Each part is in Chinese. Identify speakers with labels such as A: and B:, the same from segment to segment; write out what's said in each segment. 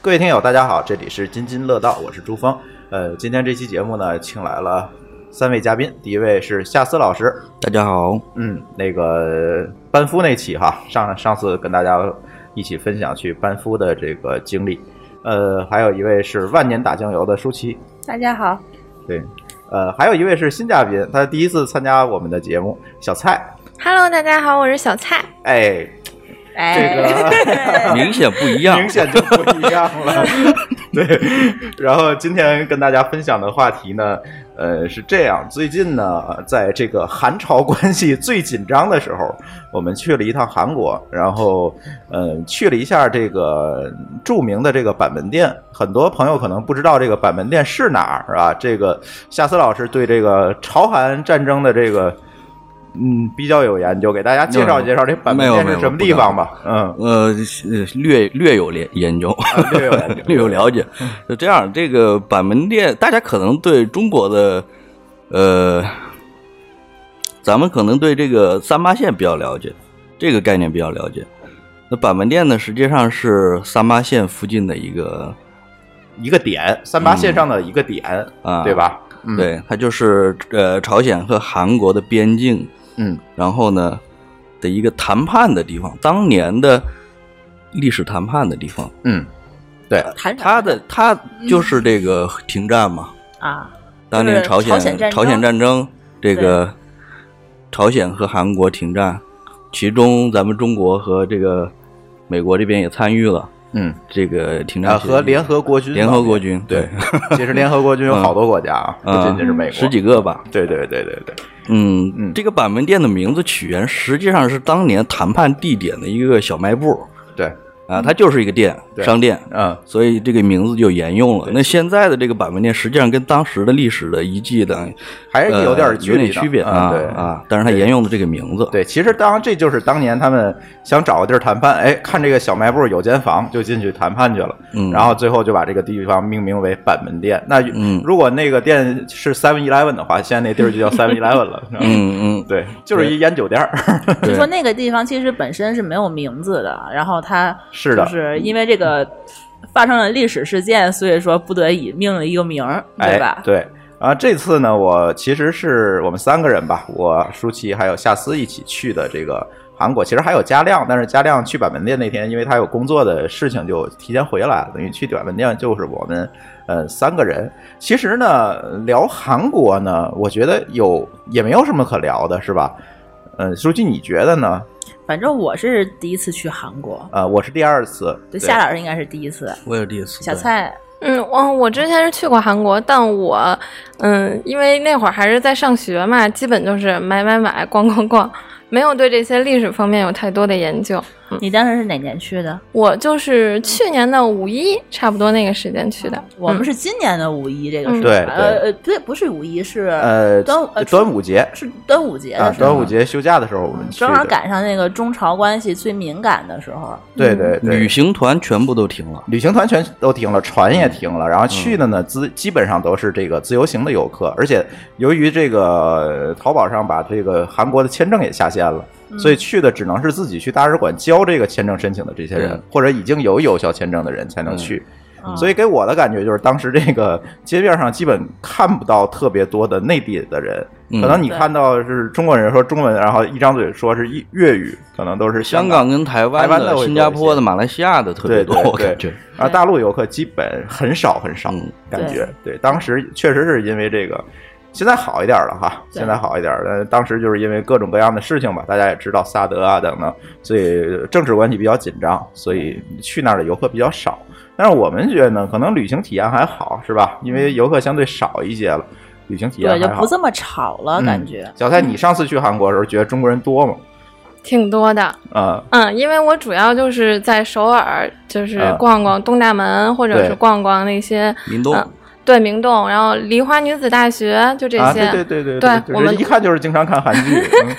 A: 各位听友，大家好，这里是津津乐道，我是朱峰。呃，今天这期节目呢，请来了三位嘉宾，第一位是夏思老师，
B: 大家好，
A: 嗯，那个班夫那期哈，上上次跟大家一起分享去班夫的这个经历。呃，还有一位是万年打酱油的舒淇，
C: 大家好，
A: 对，呃，还有一位是新嘉宾，他第一次参加我们的节目，小蔡，
D: Hello，大家好，我是小蔡。
A: 哎，这
D: 哎，
A: 个
B: 明显不一样
A: 明，显就不一样 了。对，然后今天跟大家分享的话题呢，呃，是这样：最近呢，在这个韩朝关系最紧张的时候，我们去了一趟韩国，然后呃，去了一下这个著名的这个板门店。很多朋友可能不知道这个板门店是哪儿，是吧？这个夏思老师对这个朝韩战争的这个。嗯，比较有研究，给大家介
B: 嗯
A: 绍介绍这板门
B: 没有
A: 店
B: 没有
A: 是什么地方吧。嗯，
B: 呃，是略略有研研究，
A: 略有研究
B: 略有了解。就这样，这个板门店，大家可能对中国的，呃，咱们可能对这个三八线比较了解，这个概念比较了解。那板门店呢，实际上是三八线附近的一个
A: 一个点，三八线上的一个点，
B: 啊，
A: 对？吧？嗯，
B: 对，它就是呃朝鲜和韩国的边境，
A: 嗯，
B: 然后呢的一个谈判的地方，当年的历史谈判的地方。
A: 嗯，
E: 谈啥
B: 它的它就是这个停战嘛，
E: 嗯啊？
B: 当年朝鲜
E: 朝鲜
B: 战
E: 战争
B: 争这个朝鲜和韩国停战，其中咱们中国和这个美国这边也参与了
A: 嗯，
B: 这个停战
A: 啊，
B: 协议
A: 和联合国军嘛，
B: 联合国军
A: 对， 其实联合国军有好多国家啊，不
B: 啊
A: 仅仅是美国，
B: 十几个吧，
A: 对对对对对，嗯
B: 嗯，这个板门店的名字起源实际上是当年谈判地点的一个小卖部
A: 对，
B: 啊，
E: 嗯
B: 它就是一个店
A: 对
B: 商店，
A: 嗯，
B: 所以这个名字就沿用了。那现在的这个板门店实际上跟当时的历史的遗迹的
A: 还是
B: 呃
A: 有点距
B: 有
A: 离的
B: 点区别
A: 嗯
B: 啊
A: 对
B: 啊，但是它沿用了这个名字。
A: 对，其实当这就是当年他们想找个地儿谈判，哎，看这个小卖部有间房，就进去谈判去了。
B: 嗯
A: 然后最后就把这个地方命名为板门店。那
B: 嗯
A: 如果那个店是 Seven Eleven 的话，现在那地儿就叫 Seven Eleven 了。是吧，
B: 嗯嗯，
A: 对，就是一烟酒店儿。
B: 对
E: 就说那个地方其实本身是没有名字的，然后它
A: 是的
E: 就是因为这个发生了历史事件，所以说不得已命了一个名儿，对吧
A: 哎、？对。啊，这次呢，我其实是我们三个人吧，我舒淇还有夏思一起去的这个韩国。其实还有佳亮，但是佳亮去板门店那天，因为他有工作的事情，就提前回来了。等于去板门店就是我们呃三个人。其实呢，聊韩国呢，我觉得有也没有什么可聊的，是吧？嗯，舒淇，你觉得呢？
E: 反正我是第一次去韩国，
A: 呃，我是第二次，
E: 对
A: 对
E: 夏老师应该是第一次，
B: 我有第一次
E: 小蔡
D: 嗯，我我之前是去过韩国，但我嗯，因为那会儿还是在上学嘛，基本就是买买买、逛逛逛，没有对这些历史方面有太多的研究。
A: 嗯
E: 你当时是哪年去的？
D: 我就是去年的五一，差不多那个时间去的。
E: 啊我们
D: 嗯
E: 是今年的五一，这个是
D: 嗯
E: 吧
A: 对
E: 呃呃，对，不是五一，是
A: 呃
E: 端午呃
A: 端午节
E: 是端午节
A: 啊
E: 的，时候
A: 端午节休假的时候我们去的，
E: 正好赶上那个中朝关系最敏感的时候，
A: 对对对，
B: 旅行团全部都停了。
A: 旅行团全都停了，船也停了，然后去的呢，资基本上都是这个自由行的游客，而且由于这个呃淘宝上把这个韩国的签证也下线了，
E: 嗯
A: 所以去的只能是自己去大使馆交这个签证申请的这些人
B: 对，
A: 或者已经有有效签证的人才能去。
E: 嗯
A: 所以给我的感觉就是，当时这个街面上基本看不到特别多的内地的人，
B: 嗯
A: 可能你
E: 对
A: 看到是中国人说中文，然后一张嘴说是一粤语，可能都是
B: 香
A: 港
B: 港跟台湾
A: 台湾的会多一些
B: 新加坡的、马来西亚的特别多，
A: 对对
B: 我感觉。
A: 啊，大陆游客基本很少很少，
B: 嗯
A: 感觉对，当时确实是因为这个，现在好一点了哈，
E: 对
A: 现在好一点了，呃，当时就是因为各种各样的事情吧，大家也知道萨德啊等等，所以政治关系比较紧张，所以去那儿的游客比较少。但是我们觉得呢，可能旅行体验还好，是吧？因为游客相对少一些了，旅行体验
E: 对，就
A: 还好
E: 不。这么吵了，
A: 嗯
E: 感觉。
A: 小蔡，你上次去韩国的时候，觉得中国人多吗？
D: 挺多的。
A: 啊、
D: 嗯，因为我主要就是在首尔，就是
A: 啊
D: 逛逛东大门，或者
A: 对
D: 是逛逛那些
B: 明洞
E: 啊
D: 嗯对明洞，然后梨花女子大学，就这
A: 啊，
D: 些。
A: 对对对对
D: 对
A: 对
D: 我
A: 人
D: 们
A: 一看就是经常看韩剧。嗯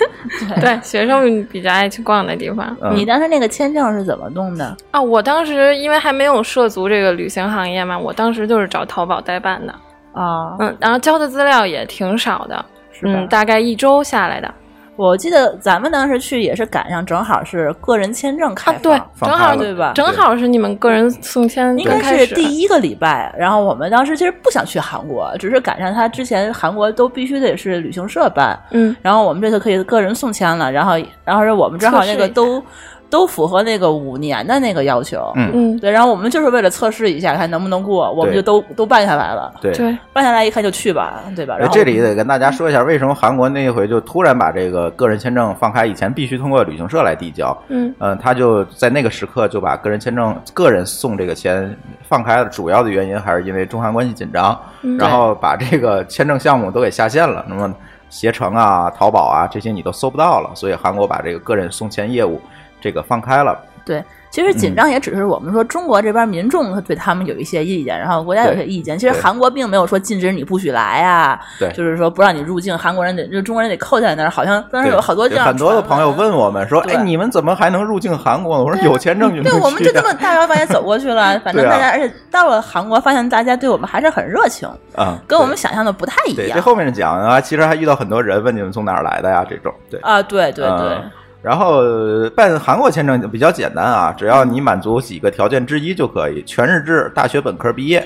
D: 对学生比较爱去逛的 地方
A: 嗯、
E: 你当时那个签证是怎么弄的？
D: 啊。我当时因为还没有涉足这个旅行行业嘛，我当时就是找淘宝代办的。
E: 啊，
D: 嗯，然后交的资料也挺少的，
E: 是吧
D: 嗯，大概一周下来的
E: 我记得咱们当时去也是赶上，正好是个人签证
D: 啊
E: 开，
D: 对
A: 放
E: 放，
D: 正
A: 开
D: 好
A: 了
E: 啊对吧
D: 正好是你们个人送签
E: 应
D: 刚
E: 该
D: 开
E: 是
D: 始，
E: 第一个礼拜，然后我们当时其实不想去韩国，只是赶上他之前韩国都必须得是旅行社办，
D: 嗯，
E: 然后我们这次可以个人送签了，然后然后是我们正好那个都都符合那个五年的那个要求，
A: 嗯
D: 嗯，
E: 对，然后我们就是为了测试一下看能不能过，我们
A: 对
E: 就都都办下来了，
A: 对
D: 对，
E: 办下来一看就去吧，对吧？
A: 哎
E: 然，后
A: 这里得跟大家说一下，为什么韩国那一回就突然把这个个人签证放开，以前必须通过旅行社来递交，
D: 嗯，
A: 嗯，他就在那个时刻就把个人签证、个人送这个签放开了，主要的原因还是因为中韩关系紧张，
D: 嗯
A: 然后把这个签证项目都给下线了，那么携程啊、淘宝啊这些你都搜不到了，所以韩国把这个个人送签业务这个放开了，
E: 对，其实
A: 嗯
E: 紧张也只是我们说中国这边民众对他们有一些意见，然后国家有些意见。其实
A: 对
E: 韩国并没有说禁止你不许来啊，
A: 对
E: 就是说不让你入境，韩国人得就中国人得扣在那儿，好像当时
A: 对
E: 有好多这样
A: 很多的
E: 传
A: 朋
E: 闻
A: 友。问我们说，
E: 对
A: 哎，你们怎么还能入境韩国呢？我说
E: 对啊
A: 有签证就能
E: 对，
A: 去
E: 我们就这
A: 的
E: 么大摇大摆走过去了。反正
A: 对啊
E: 大家，而且到了韩国，发现大家对我们还是很热情，
A: 嗯，
E: 跟我
A: 对
E: 们想象的不太一
A: 对，这
E: 样
A: 后面讲啊，其实还遇到很多人问你们从哪儿来的呀，这种对，
E: 啊。对对对
A: 嗯，然后呃办韩国签证就比较简单啊，只要你满足几个条件之一就可以，全日制大学本科毕业，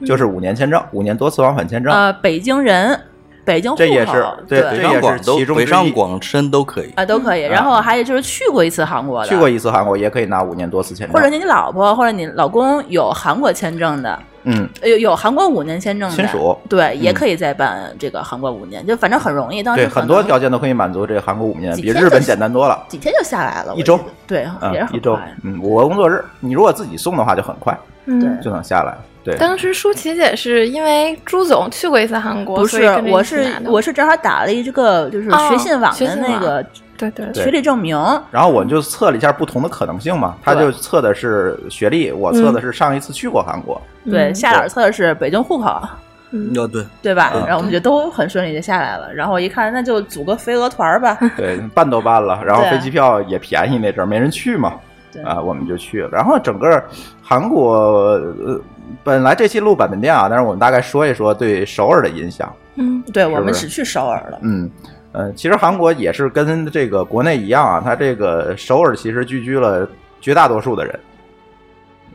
E: 嗯
A: 就是五年签证，五年多次往返签证，
E: 呃，北京人，北京户口，
A: 这也是对
E: 对
A: 这也
B: 北上
A: 是
B: 广都
A: 其中之
B: 北
A: 一
B: 上广深都可以。
E: 啊都可以。然后还有就是去过一次韩国的，
A: 去过一次韩国也可以拿五年多次签证，
E: 或者你老婆或者你老公有韩国签证的，
A: 嗯，
E: 有有韩国五年签证的
A: 亲属嗯
E: 对，也可以再办这个韩国五年，就反正很容易。当时
A: 对，
E: 可能
A: 很多条件都可以满足这个韩国五年，
E: 几
A: 比
E: 天
A: 日
E: 就
A: 本
E: 行
A: 简单多了，
E: 几天就下来了，我
A: 一周
E: 觉得对，也
A: 嗯，
E: 是很
A: 一周
E: 快，
A: 嗯，五个工作日，你如果自己送的话就很快
D: 嗯，
A: 就能下来，对，
D: 当时舒淇姐是因为朱总去过一次韩国，
E: 不
D: 所以
E: 是
D: 跟着，
E: 我
D: 一起
E: 是
D: 拿的
E: 我是正好打了一这个就是
D: 哦
E: 学信网
D: 学
E: 的
D: 信
E: 那
D: 网
E: 个
D: 对对对
A: 对
E: 学历证明，
A: 然后我们就测了一下不同的可能性嘛，他
E: 对嗯
A: 就测的是学历，我测的是上一次去过韩国，
E: 对，
D: 嗯
E: 夏老师测的是北京户口，
B: 哦，对，
E: 对吧
A: 嗯？
E: 然后我们就都很顺利的下来了，然后一看那就组个飞蛾团儿吧，
A: 对，办都办了，然后
E: 对啊
A: 飞机票也便宜那阵儿没人去嘛
E: 对，
A: 啊，我们就去了。然后整个韩国，呃，本来这期录板门店啊，但是我们大概说一说对首尔的印象。
D: 嗯
E: 对我们
A: 是
E: 只去首尔了，
A: 嗯，呃，其实韩国也是跟这个国内一样啊，它这个首尔其实聚居了绝大多数的人。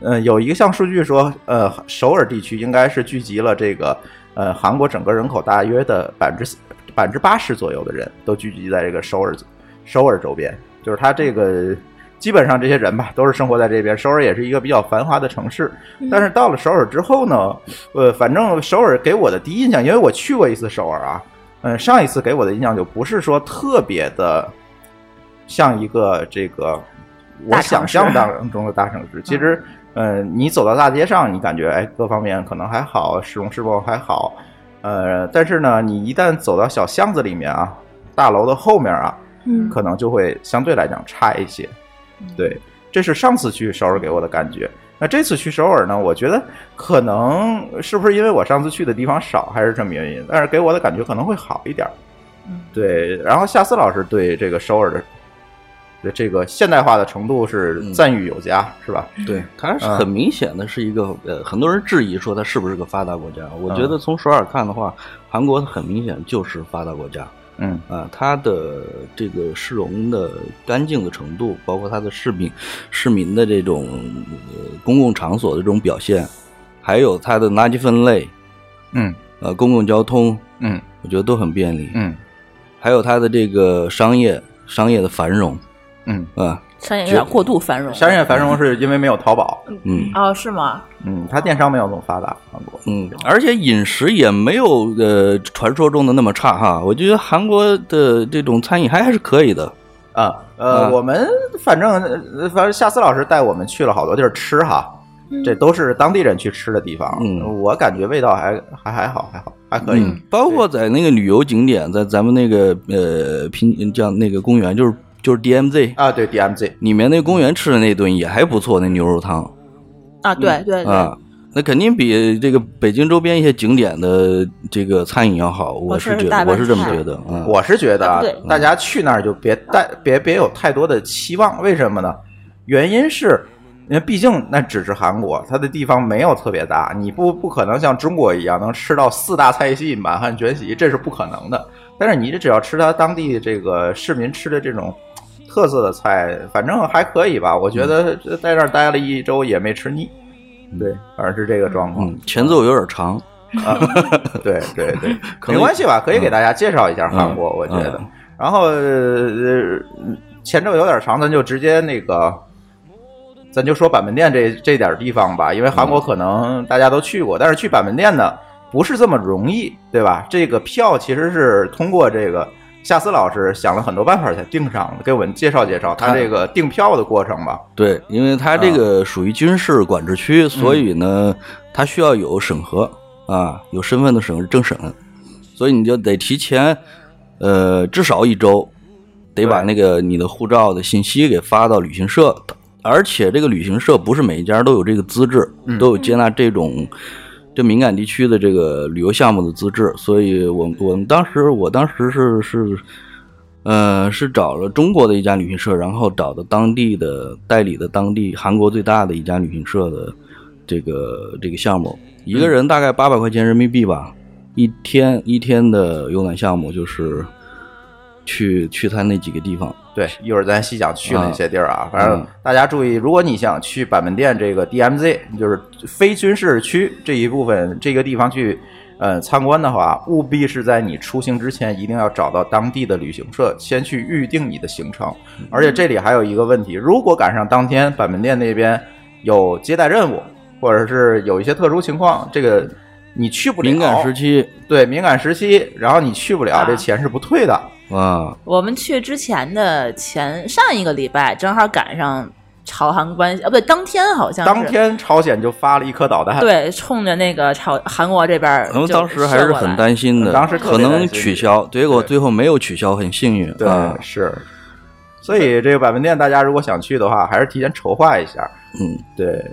A: 呃，有一项数据说，呃，首尔地区应该是聚集了这个呃韩国整个人口大约的百分之百分之八十左右的人都聚集在这个首尔首尔周边，就是它这个。基本上这些人吧，都是生活在这边。首尔也是一个比较繁华的城市，但是到了首尔之后呢，呃，反正首尔给我的第一印象，因为我去过一次首尔啊，嗯，上一次给我的印象就不是说特别的像一个这个我
E: 大城
A: 想
E: 市
A: 象当中的大城市。其实，呃，你走到大街上，你感觉哎，各方面可能还好，市容市貌还好，呃，但是呢，你一旦走到小巷子里面啊，大楼的后面啊，
D: 嗯
A: 可能就会相对来讲差一些。对，这是上次去首尔给我的感觉。那这次去首尔呢，我觉得可能是不是因为我上次去的地方少，还是什么原因？但是给我的感觉可能会好一点儿。对。然后夏思老师对这个首尔的的这个现代化的程度是
B: 嗯
A: 赞誉有加，是吧？
B: 对，它是很明显的是一个呃，很多人质疑说它是不是个发达国家。我
A: 嗯
B: 觉得从首尔看的话，韩国很明显就是发达国家
A: 嗯
B: 啊，它的这个市容的干净的程度，包括它的市民市民的这种呃公共场所的这种表现，还有它的垃圾分类，
A: 嗯
B: 呃，公共交通，
A: 嗯
B: 我觉得都很便利。
A: 嗯
B: 还有它的这个商业商业的繁荣
A: 嗯，
B: 啊，
E: 商业有点过度繁荣。
A: 商业繁荣是因为没有淘宝，
B: 嗯
E: 哦，是吗？
A: 嗯，它电商没有那么发达，韩国，
B: 嗯，而且饮食也没有呃传说中的那么差哈。我觉得韩国的这种餐饮还还是可以的。
A: 啊，呃，
B: 啊
A: 我们反正呃反正夏思老师带我们去了好多地儿吃哈，
D: 嗯
A: 这都是当地人去吃的地方，
B: 嗯
A: 我感觉味道还还还好，还好，还可以。
E: 嗯
B: 哎包括在那个旅游景点，在咱们那个呃平叫那个公园，就是就是 DMZ
A: 啊，对，DMZ，
B: 里面那个公园吃的那顿也还不错，那牛肉汤
E: 啊，
A: 嗯
E: 对对对，
B: 啊，那肯定比这个北京周边一些景点的这个餐饮要好，我是
E: 吃
B: 觉
E: 大
B: 得
E: 白
B: 我是这么
E: 菜
B: 觉得啊。
A: 我是觉得啊
E: 啊对，
A: 大家去那儿就别带别别有太多的期望，为什么呢？原因是，因为毕竟那只是韩国，它的地方没有特别大，你不不可能像中国一样能吃到四大菜系满汉全席，这是不可能的。但是你只要吃它当地这个市民吃的这种特色的菜，反正还可以吧。我觉得这在那儿待了一周也没吃腻，对，反正是这个状况。
B: 嗯，前奏有点长，
A: 啊，对对对，
B: 可
A: 没
B: 能
A: 关系吧，可以给
B: 嗯
A: 大家介绍一下韩国，
B: 嗯
A: 我觉得
B: 嗯。
A: 然后呃前奏有点长，咱就直接那个，咱就说板门店这这点地方吧，因为韩国可能大家都去过，但是去板门店呢不是这么容易，对吧？这个票其实是通过这个。夏思老师想了很多办法才订上的，给我们介绍介绍他
B: 他
A: 这个订票的过程吧。
B: 对，因为它
A: 啊
B: 这个属于军事管制区，所
E: 嗯
B: 以呢，它需要有审核啊，有身份的审核政审，所以你就得提前，呃，至少一周，得把那个你的护照的信息给发到旅行社，而且这个旅行社不是每一家都有这个资质，
A: 嗯
B: 都有接纳这种。这敏感地区的这个旅游项目的资质，所以我我们当时我当时是是呃，是找了中国的一家旅行社，然后找的当地的代理的当地韩国最大的一家旅行社的这个这个项目，一个人大概八百块钱人民币吧，一天一天的游览项目就是去去他那几个地方，
A: 对，一会儿咱细讲去那些地儿啊。反正
B: 嗯
A: 大家注意，如果你想去板门店这个 DMZ，就是非军事区这一部分这个地方去呃参观的话，务必是在你出行之前一定要找到当地的旅行社，先去预定你的行程。
B: 嗯
A: 而且这里还有一个问题，如果赶上当天板门店那边有接待任务，或者是有一些特殊情况，这个你去不了，
B: 敏感时期
A: 对敏感时期，然后你去不了，
E: 啊
A: 这钱是不退的。
B: 啊，
E: 我们去之前的前上一个礼拜，正好赶上朝韩关系啊，不对，当天好像是
A: 当天朝鲜就发了一颗导弹，
E: 对，冲着那个朝韩国这边
A: 哎
E: 儿就
B: 咱们当时
E: 射过来，
B: 还是很担心的，
A: 呃当时特
B: 可
A: 别担心
B: 能取消，结果最后没有取消，很幸运
A: 对，
B: 啊，
A: 是。所以这个百门店，大家如果想去的话，还是提前筹划一下。
B: 嗯，
A: 对，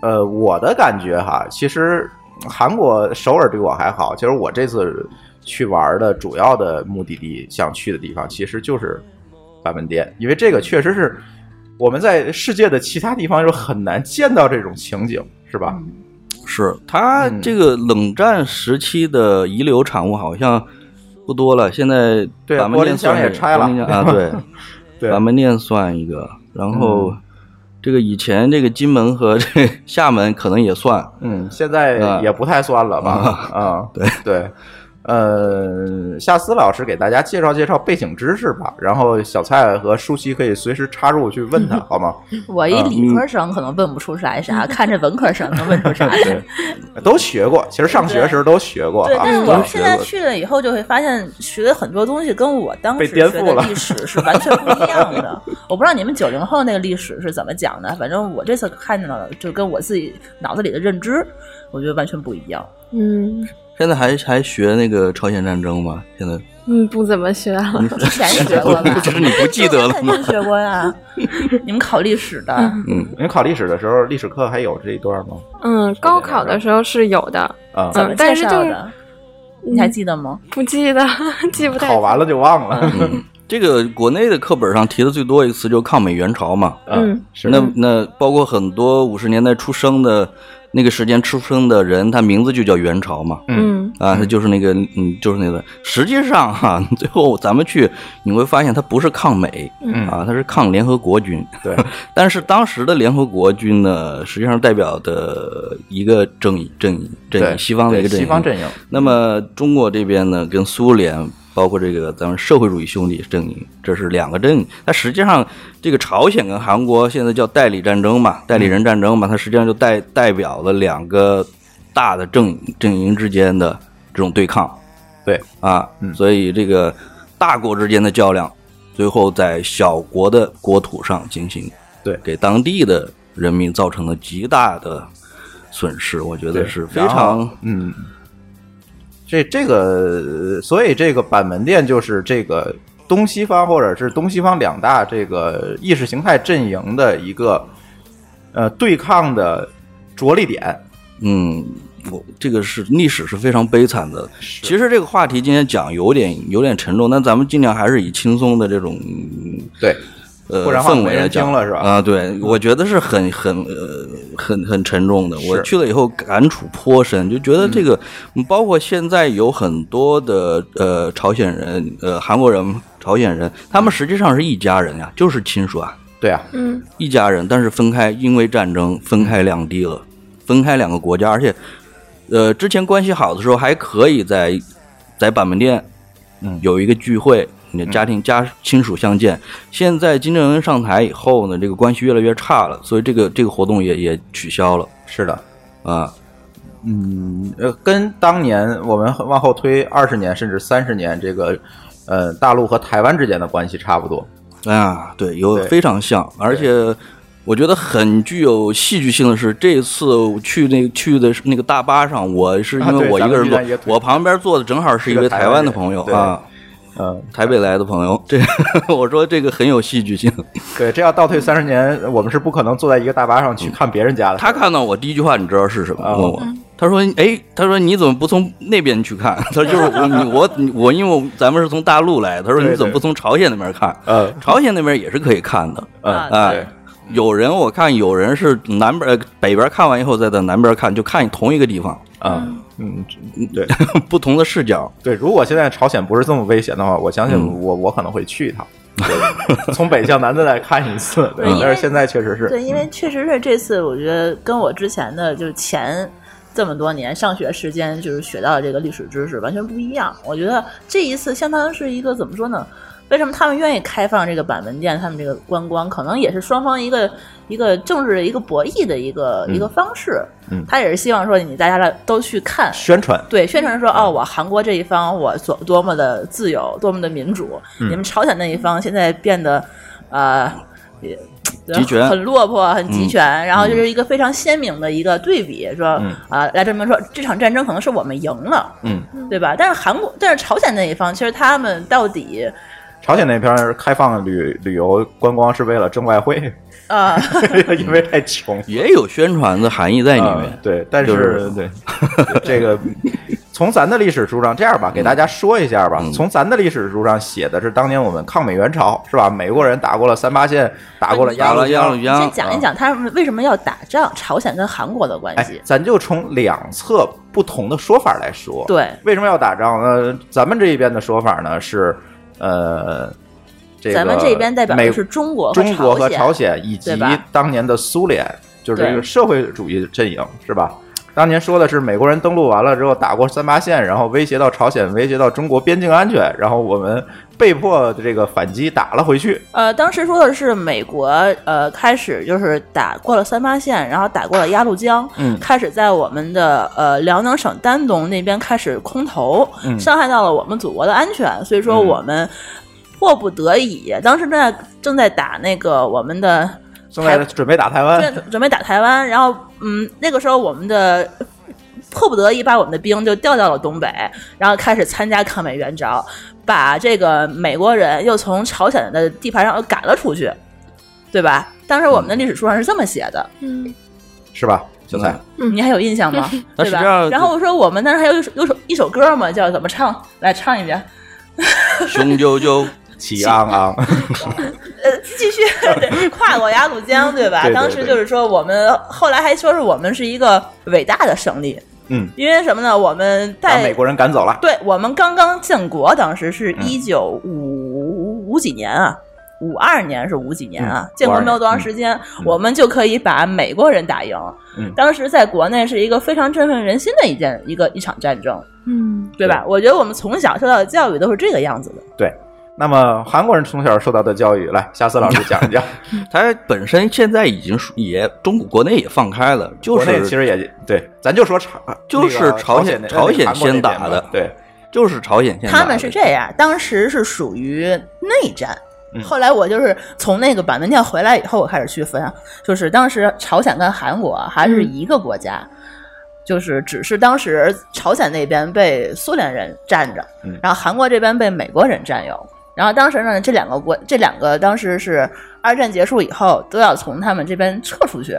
A: 呃，我的感觉哈，其实嗯韩国首尔对我还好。其实我这次去玩的主要的目的地，想去的地方其实就是百门店，因为这个确实是我们在世界的其他地方就很难见到这种情景，是吧？
B: 是它
A: 嗯
B: 这个冷战时期的遗留产物好像不多了，现在
A: 对啊
B: 板门
A: 柏林
B: 店
A: 墙
B: 算
A: 也
B: 是
A: 拆了
B: 柏林墙啊，对，
A: 对，
B: 板门店算一个，然后
A: 嗯
B: 这个以前这个金门和这个厦门可能也算，
A: 嗯，现在
B: 啊
A: 也不太酸了吧？ 啊，对对，呃，夏思老师给大家介绍介绍背景知识吧，然后小蔡和舒淇可以随时插入去问 他，好吗？
E: 我
B: 啊
E: 一理
B: 嗯
E: 科生可能问不出来啥，看着文科生能问 出啥来。
A: 对，都学过，其实上学时候都学过
E: 对，
A: 啊，
E: 但是
A: 都
E: 我们
A: 学
E: 现在
A: 过
E: 去了以后，就会发现学的很多东西跟我当
A: 被
E: 时
A: 颠
E: 学
A: 覆
E: 的
A: 了
E: 历史是完全不一样的。我不知道你们九零后那个历史是怎么讲的，反正我这次看到的就跟我自己脑子里的认知，我觉得完全不一样。
D: 嗯
B: 现在还还学那个朝鲜战争吗？现在
D: 嗯，不怎么学了。
E: 之前学 过吧？
B: 就是你不记得了
E: 肯
B: 吗
E: 定？学过呀。你们考历史的，
B: 嗯，
A: 你们考历史的时候，历史课还有这一段吗？
D: 嗯，高考的时候是有的，
A: 啊、
E: 怎么介绍
D: 但是就
E: 的？你还记得吗？
D: 不记得， 记不太
A: 考完了就忘了。
B: 嗯这个国内的课本上提的最多一个词就是抗美援朝嘛，
D: 嗯
A: 啊是
B: 那那包括很多五十年代出生的那个时间出生的人，他名字就叫元朝嘛。
D: 嗯
B: 啊，它就是那个，嗯，就是那个。实际上哈、 最后咱们去你会发现，它不是抗美，
D: 嗯
B: 啊，它是抗联合国军。
A: 啊对，
B: 但 是当时的联合国军呢，实际上代表的一个正义，正义，正
A: 对
B: 义，西方的一个
A: 对
B: 正义，
A: 西方阵营。
B: 那么中国这边呢，跟苏联，包括这个咱们社会主义兄弟阵营，这是两个阵营。它实际上，这个朝鲜跟韩国现在叫代理战争嘛，代理人战争嘛，它实际上就代代表了两个大的阵阵营之间的这种对抗
A: 对，
B: 啊。
A: 嗯
B: 所以这个大国之间的较量，最后在小国的国土上进行，
A: 对
B: 给当地的人民造成了极大的损失，我觉得
A: 对
B: 是非
A: 然后
B: 常。
A: 嗯，这这个，所以这个板门店就是这个东西方或者是东西方两大这个意识形态阵营的一个呃对抗的着力点。
B: 嗯，我这个是历史是非常悲惨的。其实这个话题今天讲有点有点沉重，但咱们尽量还是以轻松的这种
A: 对，
B: 呃
A: 不然话
B: 氛
A: 没
B: 围
A: 人
B: 来讲
A: 听了是吧
B: 啊，对，我觉得是很很呃很很沉重的。
A: 是嗯
B: 我去了以后感触颇深，就觉得这个、包括现在有很多的呃朝鲜人、呃韩国人、朝鲜人，他
A: 嗯
B: 们实际上是一家人呀、就是亲属啊。
A: 对啊，
D: 嗯，
B: 一家人，但是分开，因为战争分开两地了，分开两个国家，而且，呃，之前关系好的时候还可以在在板门店，
A: 嗯
B: 有一个聚会，你的家庭家亲属相见。现在金正恩上台以后呢，这个关系越来越差了，所以这个这个活动也也取消了
A: 是的，
B: 啊。
A: 嗯，呃，跟当年我们往后推二十年甚至三十年，这个呃大陆和台湾之间的关系差不多。
B: 啊，对，有
A: 对
B: 非常像，而且我觉得很具有戏剧性的是，这次我去那个去的是那个大巴上，我是因
A: 啊
B: 为
A: 对
B: 我一
A: 咱们
B: 个人
A: 遇
B: 坐，
A: 到一个
B: 我旁边坐的正好是一
A: 是个
B: 位
A: 台
B: 台
A: 湾
B: 湾的
A: 人
B: 朋友
A: 对
B: 啊，
A: 嗯，
B: 台北来的朋友，这 我说这个很有戏剧性。
A: 对，这要倒退三十年，我们是不可能坐在一个大巴上去看别人家的。
B: 他看到我第一句话，你知道是什么？
A: 啊
B: 问我，他说：“哎，他说你怎么不从那边去看？” 他说：“就是我你我你我，因为我咱们是从大陆来的，他说
A: 对
B: 你怎么不从朝鲜那边看？
A: 呃
B: 朝鲜那边也是可以看的。”
A: 嗯
B: 啊
A: 对，
B: 有人我看有人是南边呃北边看完以后再在南边看，就看同一个地方，
A: 嗯嗯，对
B: 不同的视角。
A: 对，如果现在朝鲜不是这么危险的话，我相信
B: 嗯
A: 我、我可能会去一 趟，对从北向南再来看一次。对
B: 嗯
E: 对，
A: 但是现在确实是
E: 对，因为确实是这次，我觉得跟我之前的就是前这么多年上学时间就是学到的这个历史知识完全不一样。我觉得这一次相当于是一个怎么说呢？为什么他们愿意开放这个板门店，他们这个观光，可能也是双方一个一个政治的一个博弈的一个、一个方式。
A: 嗯
E: 他也是希望说你大家来都去看，
A: 宣传，
E: 对，宣传说哦，
A: 嗯
E: 我韩国这一方我所多么的自由，多么的民主，
A: 嗯
E: 你们朝鲜那一方现在变得呃。也
B: 集权
E: 很落魄，很集
B: 嗯
E: 权，然后就是一个非常鲜明的一个对比，说啊、
A: 嗯
E: 来证明说这场战争可能是我们赢了，
A: 嗯，
E: 对吧？但是韩国，但是朝鲜那一方，其实他们到底
A: 朝鲜那边儿开放旅旅游观光是为了挣外 汇，
E: 呃，
A: 因为太穷
B: 也有宣传的含义在里
A: 啊
B: 面。
A: 对，但是、
B: 就是
A: 对这 个，从咱的历史书上这样吧，给大家说一下吧。
B: 嗯
A: 从咱的历史书上写的是当年我们抗美援朝，是吧？美国人打过了三八线，打过了
B: 打
A: 鸭
B: 了
A: 绿江
B: 鸭绿
E: 你先
B: 江，
A: 啊
E: 讲一讲他们为什么要打仗，朝鲜跟韩国的关
A: 哎
E: 系，，
A: 咱就从两侧不同的说法来说。，
E: 对，
A: 为什么要打仗呢？咱们这一边的说法呢是，呃，这个
E: 咱们这边代表
A: 美
E: 的是中国
A: 中国和
E: 朝
A: 朝
E: 鲜，
A: 鲜以及
E: 对吧
A: 当年的苏联，就是这
E: 对
A: 个社会主义阵营，是吧？当年说的是美国人登陆完了之后打过三八线，然后威胁到朝鲜，威胁到中国边境安全，然后我们被迫这个反击打了回去。
E: 呃，当时说的是美国，呃，开始就是打过了三八线，然后打过了鸭绿江，
A: 嗯
E: 开始在我们的呃辽宁省丹东那边开始空投，
A: 嗯
E: 伤害到了我们祖国的安全，所以说
A: 嗯
E: 我们迫不得已，当时正在正在打那个我们的
A: 正在
E: 台
A: 准备打台 湾，
E: 准准备打台湾，然后嗯，那个时候我们的迫不得已把我们的兵就调到了东北，然后开始参加抗美援朝，把这个美国人又从朝鲜的地盘上又赶了出去，对吧？当时我们的历史书上是这么写的，
D: 嗯，
A: 是吧？小蔡，
E: 你还有印象吗？
B: 那
E: 对
B: 实
E: 吧
B: 际上？
E: 然后我说我们当时还有一首有首一首歌嘛，叫怎么唱？来唱一遍。
B: 雄赳赳，
A: 齐昂 昂，
E: 呃，继续 对跨过鸭绿江，对吧？
A: 对对
E: 当时就是说，我们后来还说是我们是一个伟大的胜利，
A: 嗯，
E: 因为什么呢？我们
A: 把
E: 在
A: 美国人嗯赶走了。
E: 对我们刚刚建国，当时是一九五五几年啊，五二年是五几年
A: 嗯，
E: 啊建国没有多长时间，我们就可以把美国人打赢。
A: 嗯
E: 当时在国内是一个非常振奋人心的一件一个一场战争，
C: 嗯，
E: 对吧？我觉得我们从小受到的教育都是这个样子的。
A: 对，那么韩国人从小受到的教育，来，夏思老师讲一讲。
B: 它本身现在已经属也中国国内也放开了，就
A: 国内
B: 是
A: 其实也对，咱就说朝，
B: 就是
A: 那个
B: 朝
A: 朝鲜那
B: 朝鲜
A: 韩国那边
B: 先打的
A: 嘛，对，
B: 就是朝鲜先打的。
E: 他们是这样，当时是属于内战
A: 嗯。
E: 后来我就是从那个板门店回来以后，我开始区分啊，就是当时朝鲜跟韩国啊还是一个国家，就是只是当时朝鲜那边被苏联人占着
A: 嗯，
E: 然后韩国这边被美国人占有。然后当时呢，这两个国，这两个当时是二战结束以后都要从他们这边撤出去。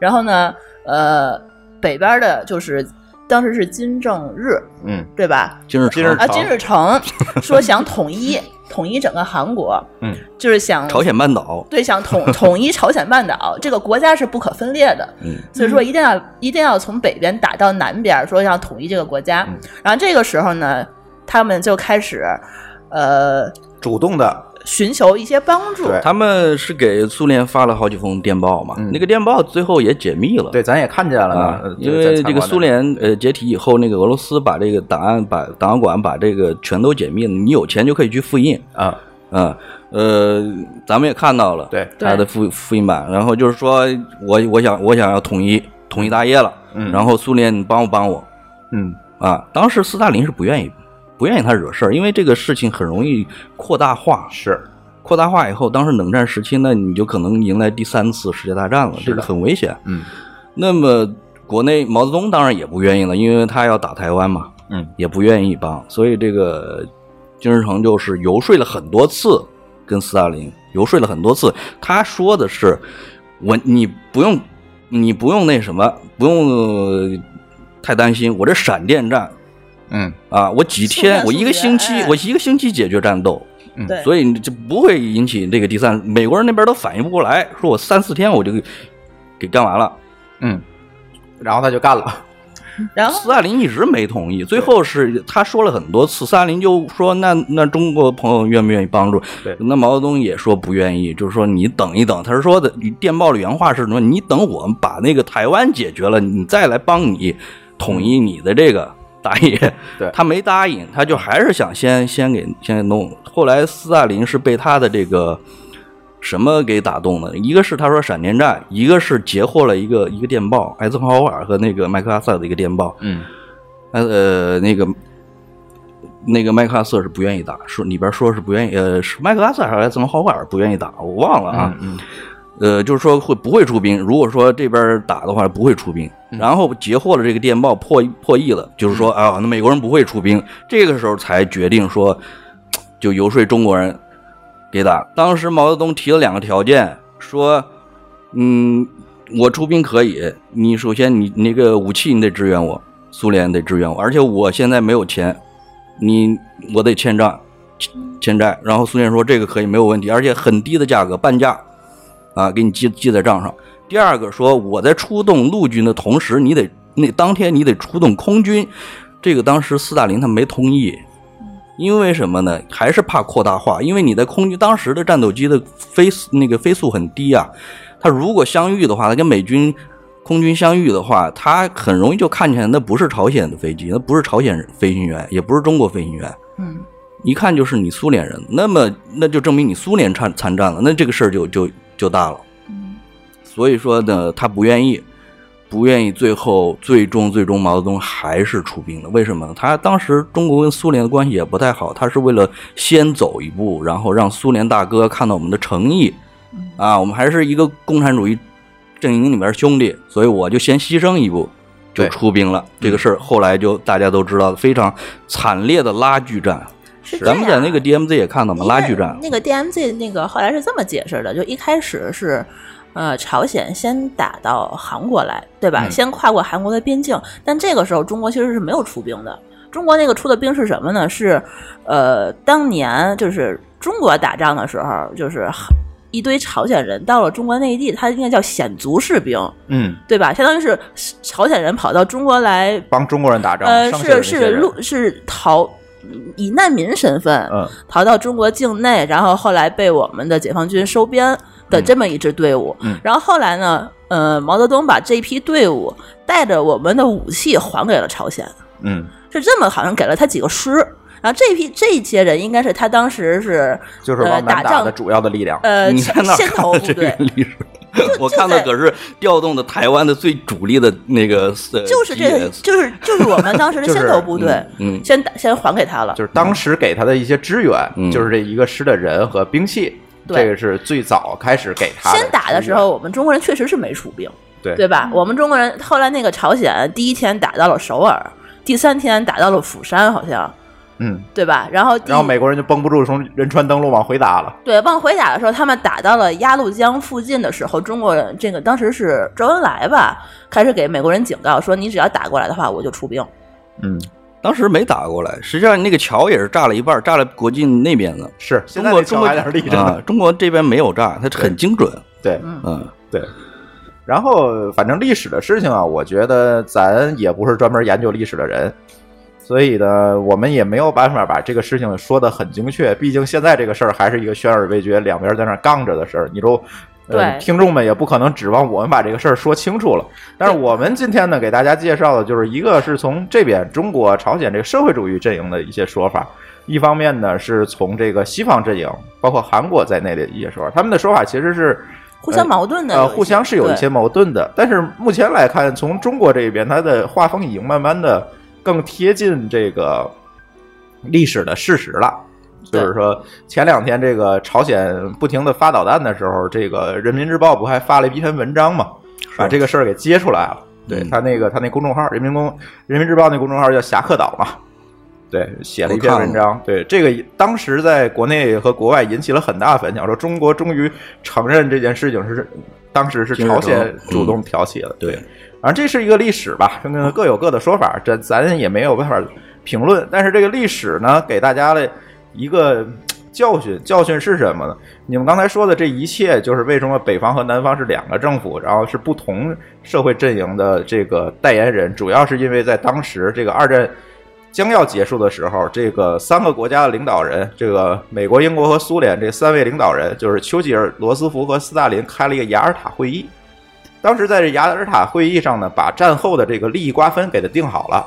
E: 然后呢，呃，北边的就是当时是金正日，
A: 嗯，
E: 对吧？
B: 今日
A: 今日
B: 朝
E: 啊，金日成 说想统一统一整个韩国，
A: 嗯，
E: 就是想
B: 朝鲜半岛，
E: 对想统统一朝鲜半岛，这个国家是不可分裂的，
B: 嗯，
E: 所以说一定要一定要从北边打到南边，说要统一这个国家。
A: 嗯
E: 然后这个时候呢，他们就开始呃
A: 主动的，
E: 寻求一些帮助，
A: 对
B: 他们是给苏联发了好几封电报嘛，
A: 嗯
B: 那个电报最后也解密了。
A: 对，咱也看见了
B: 啊
A: 呢，，呃
B: 因
A: 在
B: 为
A: 参
B: 这
A: 观
B: 个
A: 的
B: 苏联呃解体以后，那个俄罗斯把这个档案把档案馆把这个全都解密了，你有钱就可以去复印
A: 啊，
B: 啊。呃，咱们也看到了，
A: 对
B: 它的复复印版，然后就是说我我想我想要统一统一大业了，
A: 嗯
B: 然后苏联你帮我帮我
A: 嗯，
B: 啊。当时斯大林是不愿意不愿意他惹事儿，因为这个事情很容易扩大化，
A: 是
B: 扩大化以后，当时冷战时期呢，你就可能迎来第三次世界大战了，
A: 是的
B: 这个很危险。
A: 嗯，
B: 那么国内毛泽东当然也不愿意了，因为他要打台湾嘛，
A: 嗯，
B: 也不愿意帮，所以这个金日成就是游说了很多次，跟斯大林游说了很多次，他说的是我你不用你不用那什么，不用、呃太担心，我这闪电战
A: 嗯，
B: 啊，我几
E: 速战
B: 天，
E: 速
B: 我一个
E: 决
B: 星期
E: 哎，
B: 我一个星期解决战斗。
E: 对，
B: 嗯所以就不会引起这个第三。美国人那边都反应不过来，说我三四天我就给给干完了。
A: 嗯然后他就干了，
E: 然后
B: 斯大林一直没同意，最后是他说了很多次，斯大林就说那那中国朋友愿不愿意帮助
A: 对？
B: 那毛泽东也说不愿意，就是说你等一等。他是说的电报的原话是什么？你等我们把那个台湾解决了，你再来帮你统一你的这个。大业，
A: 对
B: 他没答应，他就还是想先先给先给弄。后来斯大林是被他的这个什么给打动的？一个是他说闪电战，一个是截获了一个一个电报，艾森豪威尔和那个麦克阿瑟的一个电报。
A: 嗯，
B: 呃呃，那个那个麦克阿瑟是不愿意打，说里边说是不愿意，呃，是麦克阿瑟还是艾森豪威尔不愿意打，我忘了啊。
A: 嗯
B: 呃，就是说会不会出兵？如果说这边打的话，不会出兵。然后截获了这个电报破破译了，就是说啊，那美国人不会出兵。这个时候才决定说，就游说中国人给打。当时毛泽东提了两个条件，说，嗯，我出兵可以，你首先你你那个武器你得支援我，苏联得支援我，而且我现在没有钱，你我得欠账欠欠债。然后苏联说这个可以没有问题，而且很低的价格半价。啊，给你记记在账上。第二个说，我在出动陆军的同时，你得那当天你得出动空军，这个当时斯大林他没同意，因为什么呢？还是怕扩大化，因为你在空军当时的战斗机的飞那个飞速很低啊，它如果相遇的话，它跟美军空军相遇的话，它很容易就看见那不是朝鲜的飞机，那不是朝鲜飞行员，也不是中国飞行员，
E: 嗯，
B: 一看就是你苏联人，那么那就证明你苏联参参战了，那这个事儿就就就大了。所以说呢，他不愿意，不愿意，最后最终最终毛泽东还是出兵了。为什么呢？他当时中国跟苏联的关系也不太好，他是为了先走一步，然后让苏联大哥看到我们的诚意，啊，我们还是一个共产主义阵营里面的兄弟，所以我就先牺牲一步。就
A: 对
B: 出兵了，这个事儿后来就大家都知道了，非常惨烈的拉锯战。
E: 是
B: 咱们
E: 这
B: 在
E: 样
B: 那个 DMZ 也看到嘛，拉锯战
E: 那个 DMZ 那个后来是这么解释的，就一开始是。呃，朝鲜先打到韩国来，对吧？
A: 嗯
E: 先跨过韩国的边境，但这个时候中国其实是没有出兵的。中国那个出的兵是什么呢？是，呃，当年就是中国打仗的时候，就是一堆朝鲜人到了中国内地，他应该叫鲜族士兵，
A: 嗯，
E: 对吧？相当于是朝鲜人跑到中国来，
A: 帮中国人打仗，
E: 呃，
A: 上线的
E: 是
A: 那些
E: 是
A: 人
E: 陆是逃以难民身份、
A: 嗯
E: 逃到中国境内，然后后来被我们的解放军收编的这么一支队伍。
A: 嗯
E: 然后后来呢，呃，毛泽东把这批队伍带着我们的武器还给了朝鲜。
A: 嗯，
E: 是这么，好像给了他几个师。然后这批这些人应该是他当时是
A: 就是
E: 呃
A: 往南
E: 打
A: 打的
E: 仗
A: 主要的力量。
E: 呃
B: 你在哪儿
E: 先
B: 看
E: 头
B: 到
E: 部
B: 这个
E: 队，
B: 历史？ 我看到
E: 在
B: 可是调动的台湾的最主力的那个，呃
E: 就是这个
B: GS
E: 就是就是我们当时的
A: 就是
E: 先头部队，
B: 嗯，
E: 先打先还给他了。
A: 就是当时给他的一些支援，
B: 嗯
A: 就是这一个师的人和兵器，
E: 对
A: 这个是最早开始给他
E: 先打的
A: 支
E: 时
A: 援，
E: 候，我们中国人确实是没出兵，
A: 对嗯
E: 对吧？我们中国人后来那个朝鲜第一天打到了首尔，第三天打到了釜山，好像
A: 嗯，
E: 对吧？然后第
A: 然后美国人就绷不住，从仁川登陆往回打了。
E: 对往回打的时候，他们打到了鸭绿江附近的时候，中国人这个当时是周恩来吧，开始给美国人警告说，你只要打过来的话，我就出兵。
A: 嗯，
B: 当时没打过来，实际上那个桥也是炸了一半，炸了国境那边 的。
A: 是，现
B: 中
A: 在
B: 国
A: 那
B: 中
A: 桥
B: 国
A: 还在那立着
B: 啊
A: 呢。，
B: 中国这边没有炸，它很精准。
A: 对呃
B: 嗯，
A: 对。然后，反正历史的事情啊，我觉得咱也不是专门研究历史的人，所以呢，我们也没有办法把这个事情说得很精确。毕竟现在这个事儿还是一个悬而未决，两边在那儿杠着的事儿。你说，呃，
E: 对
A: 听众们也不可能指望我们把这个事儿说清楚了。但是我们今天呢，给大家介绍的就是一个是从这边中国、朝鲜这个社会主义阵营的一些说法，一方面呢是从这个西方阵营，包括韩国在内的一些说法，他们的说法其实是
E: 互相矛盾的有
A: 呃，
E: 一些
A: 互相是有一
E: 对
A: 些矛盾的。但是目前来看，从中国这边，它的画风已经慢慢的更贴近这个历史的事实了。就
E: 对
A: 是说，前两天这个朝鲜不停的发导弹的时候，这个《人民日报》不还发了一篇文章嘛，把这个事儿给揭出来了。对
B: 嗯
A: 他那个他那公众号《人民公人民日报》那公众号叫侠客岛嘛，对，写了一篇文章。对这个，当时在国内和国外引起了很大反响，说中国终于承认这件事情是当时是朝鲜主动挑起的。
B: 对，
A: 反正这是一个历史吧，嗯各有各的说法，这咱也没有办法评论。但是这个历史呢，给大家的一个嗯教训，教训是什么呢？你们刚才说的这一切，就是为什么北方和南方是两个政府，然后是不同社会阵营的这个代言人，主要是因为在当时这个二战将要结束的时候，这个三个国家的领导人，这个美国、英国和苏联这三位领导人，就是丘吉尔、罗斯福和斯大林，开了一个雅尔塔会议。当时在这雅尔塔会议上呢，把战后的这个利益瓜分给它定好了，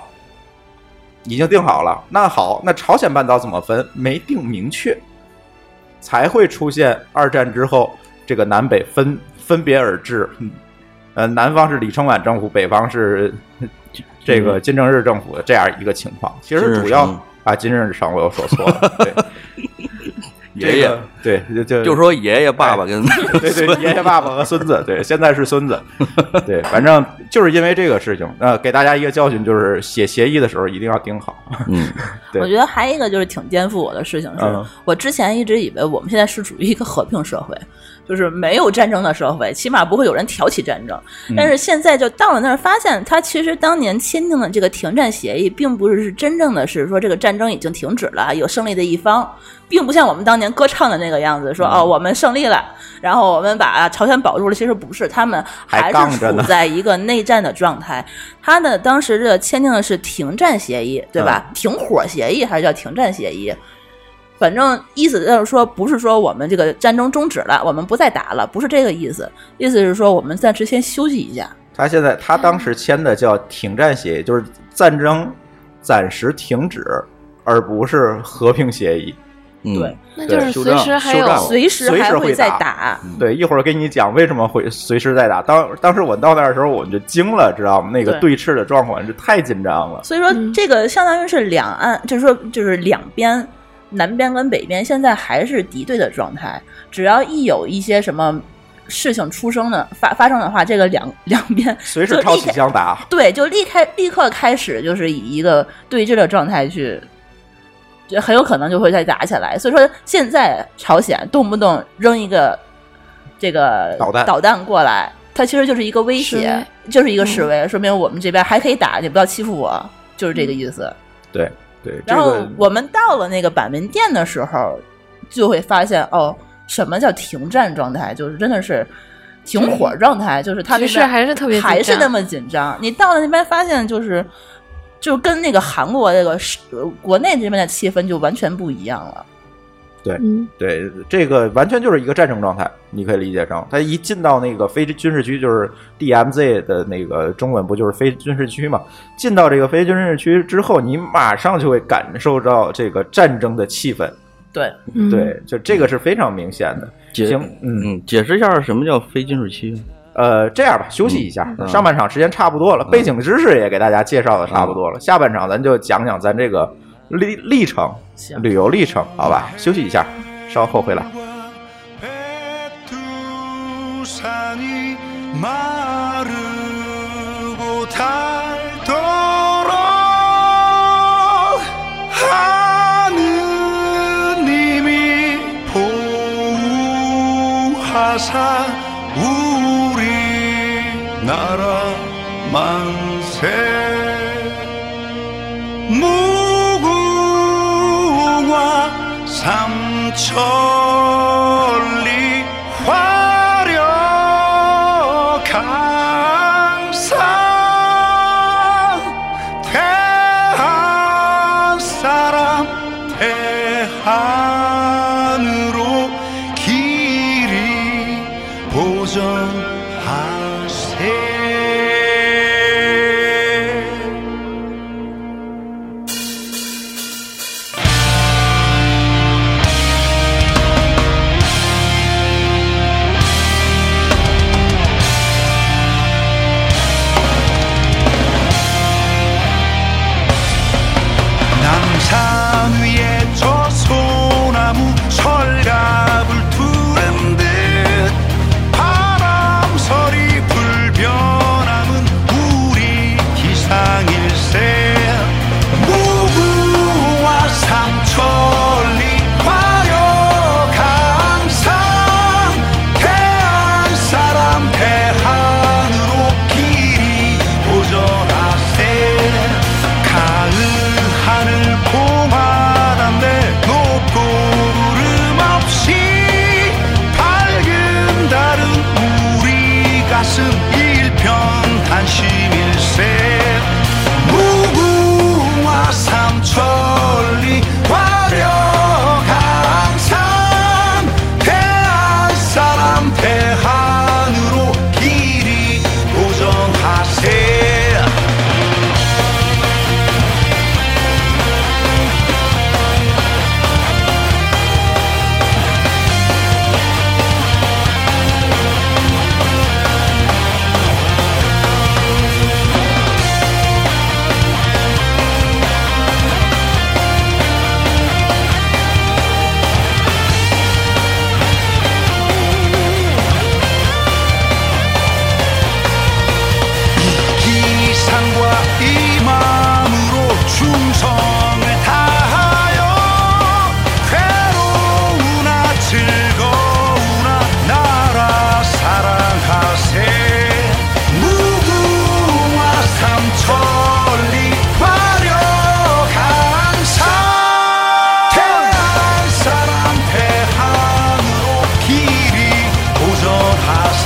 A: 已经定好了。那好，那朝鲜半岛怎么分？没定明确，才会出现二战之后这个南北分分别而治。嗯呃，南方是李承晚政府，北方是呃这个金正日政府这样一个情况。其
B: 金
A: 实
B: 日
A: 主要
B: 成
A: 啊，金正日上我又说错 了，对，
B: 爷爷
A: 这个对，哎就
B: 就说爷爷、爸爸跟
A: 对对，爷爷、爸爸 和孙子，对，现在是孙子，对，反正就是因为这个事情，呃，给大家一个教训，就是写协议的时候一定要盯好。
B: 嗯，
A: 对
E: 我觉得还有一个就是挺颠覆我的事情是，
A: 嗯
E: 我之前一直以为我们现在是处于一个和平社会，就是没有战争的社会，起码不会有人挑起战争。
A: 嗯
E: 但是现在就到了那儿，发现他其实当年签订的这个停战协议，并不是真正的是说这个战争已经停止了，有胜利的一方，并不像我们当年歌唱的那个样子，说、
A: 嗯
E: 哦我们胜利了，然后我们把朝鲜保住了。其实不是，他们
A: 还
E: 还
A: 杠
E: 是
A: 着呢
E: 处在一个内战的状态。他的当时的签订的是停战协议，对吧？
A: 嗯
E: 停火协议还是叫停战协议？反正意思就是说，不是说我们这个战争终止了，我们不再打了，不是这个意思。意思是说，我们暂时先休息一下。
A: 他现在他当时签的叫停战协议，就是战争暂时停止，而不是和平协议。
B: 嗯
E: 对，
D: 那
A: 对
D: 就是
B: 修
D: 随
B: 正
D: 时还
B: 修
D: 有
B: 正
E: 随时
A: 哦随时
E: 还
A: 会
E: 再
A: 打嗯
E: 打。
A: 对，一会儿给你讲为什么会随时在打。当当时我到那儿的时候，我们就惊了，知道吗？那个对
E: 对
A: 峙的状况，这太紧张了。
E: 所以说
D: 嗯，
E: 这个相当于是两岸，就是说就是两边，南边跟北边现在还是敌对的状态。只要一有一些什么事情出生的发发生的话，这个两两边
A: 随时
E: 就
A: 抄
E: 立
A: 起
E: 刻
A: 枪打，
E: 对，就立开立刻开始就是以一个对峙的状态去，就很有可能就会再打起来。所以说，现在朝鲜动不动扔一个这个
A: 导弹
E: 导弹过来，它其实就是一个威
D: 示
E: 胁，
D: 威嗯
E: 就是一个示威，说明我们这边还可以打，你不要欺负我，就是
D: 嗯
E: 这个意思。
A: 对对，这
E: 然后
A: 个
E: 我们到了那个板门店的时候，就会发现哦，什么叫停战状态，就是真的是停火状态，就是他那
D: 局势
E: 边
D: 还是特别紧
E: 还是
D: 张
E: 那么紧张。你到了那边发现就是。就跟那个韩国那个是呃国内这边的气氛就完全不一样了，
A: 对
D: 嗯
A: 对，这个完全就是一个战争状态，你可以理解成，他一进到那个非军事区，就是 DMZ 的那个中文不就是非军事区嘛？进到这个非军事区之后，你马上就会感受到这个战争的气氛，
E: 对，
D: 嗯，
A: 对，就这个是非常明显的。
B: 解
A: 行，嗯，
B: 嗯，解释一下什么叫非金属期。
A: 呃，这样吧，休息一下，
B: 嗯
A: 上半场时间差不多了，背景知识也给大家介绍的差不多了，下半场咱就讲讲咱这个历历程
E: 行、
A: 旅游历程，好吧？休息一下，稍后回来。
F: 백두산이 마르고 닳도록 하느님이 보호하사 우리 나라 만세 무궁화 삼천리 화려 강산 대한 사람 대한으로 길이 보전하세 남산 위에 저 소나무 설갑을 두른 듯 바람설이 불변함은 우리 기상일세 무구와 삼천리 화려강산 대한 사람 대한으로 길이 보전하세 가을 하늘 고만한데 높고 구름 없이 밝은 달은 우리 가슴 일편 단심일세 무궁화 삼천리 어, 화려강산 대한 사람 대한으로 길이 보정하세 기상과 이 마음으로 충성을 다하여 괴로우나 즐거우나 나라 사랑하세 무궁화 삼천리 화려강산 태안 사람 대한으로 길이 보전하세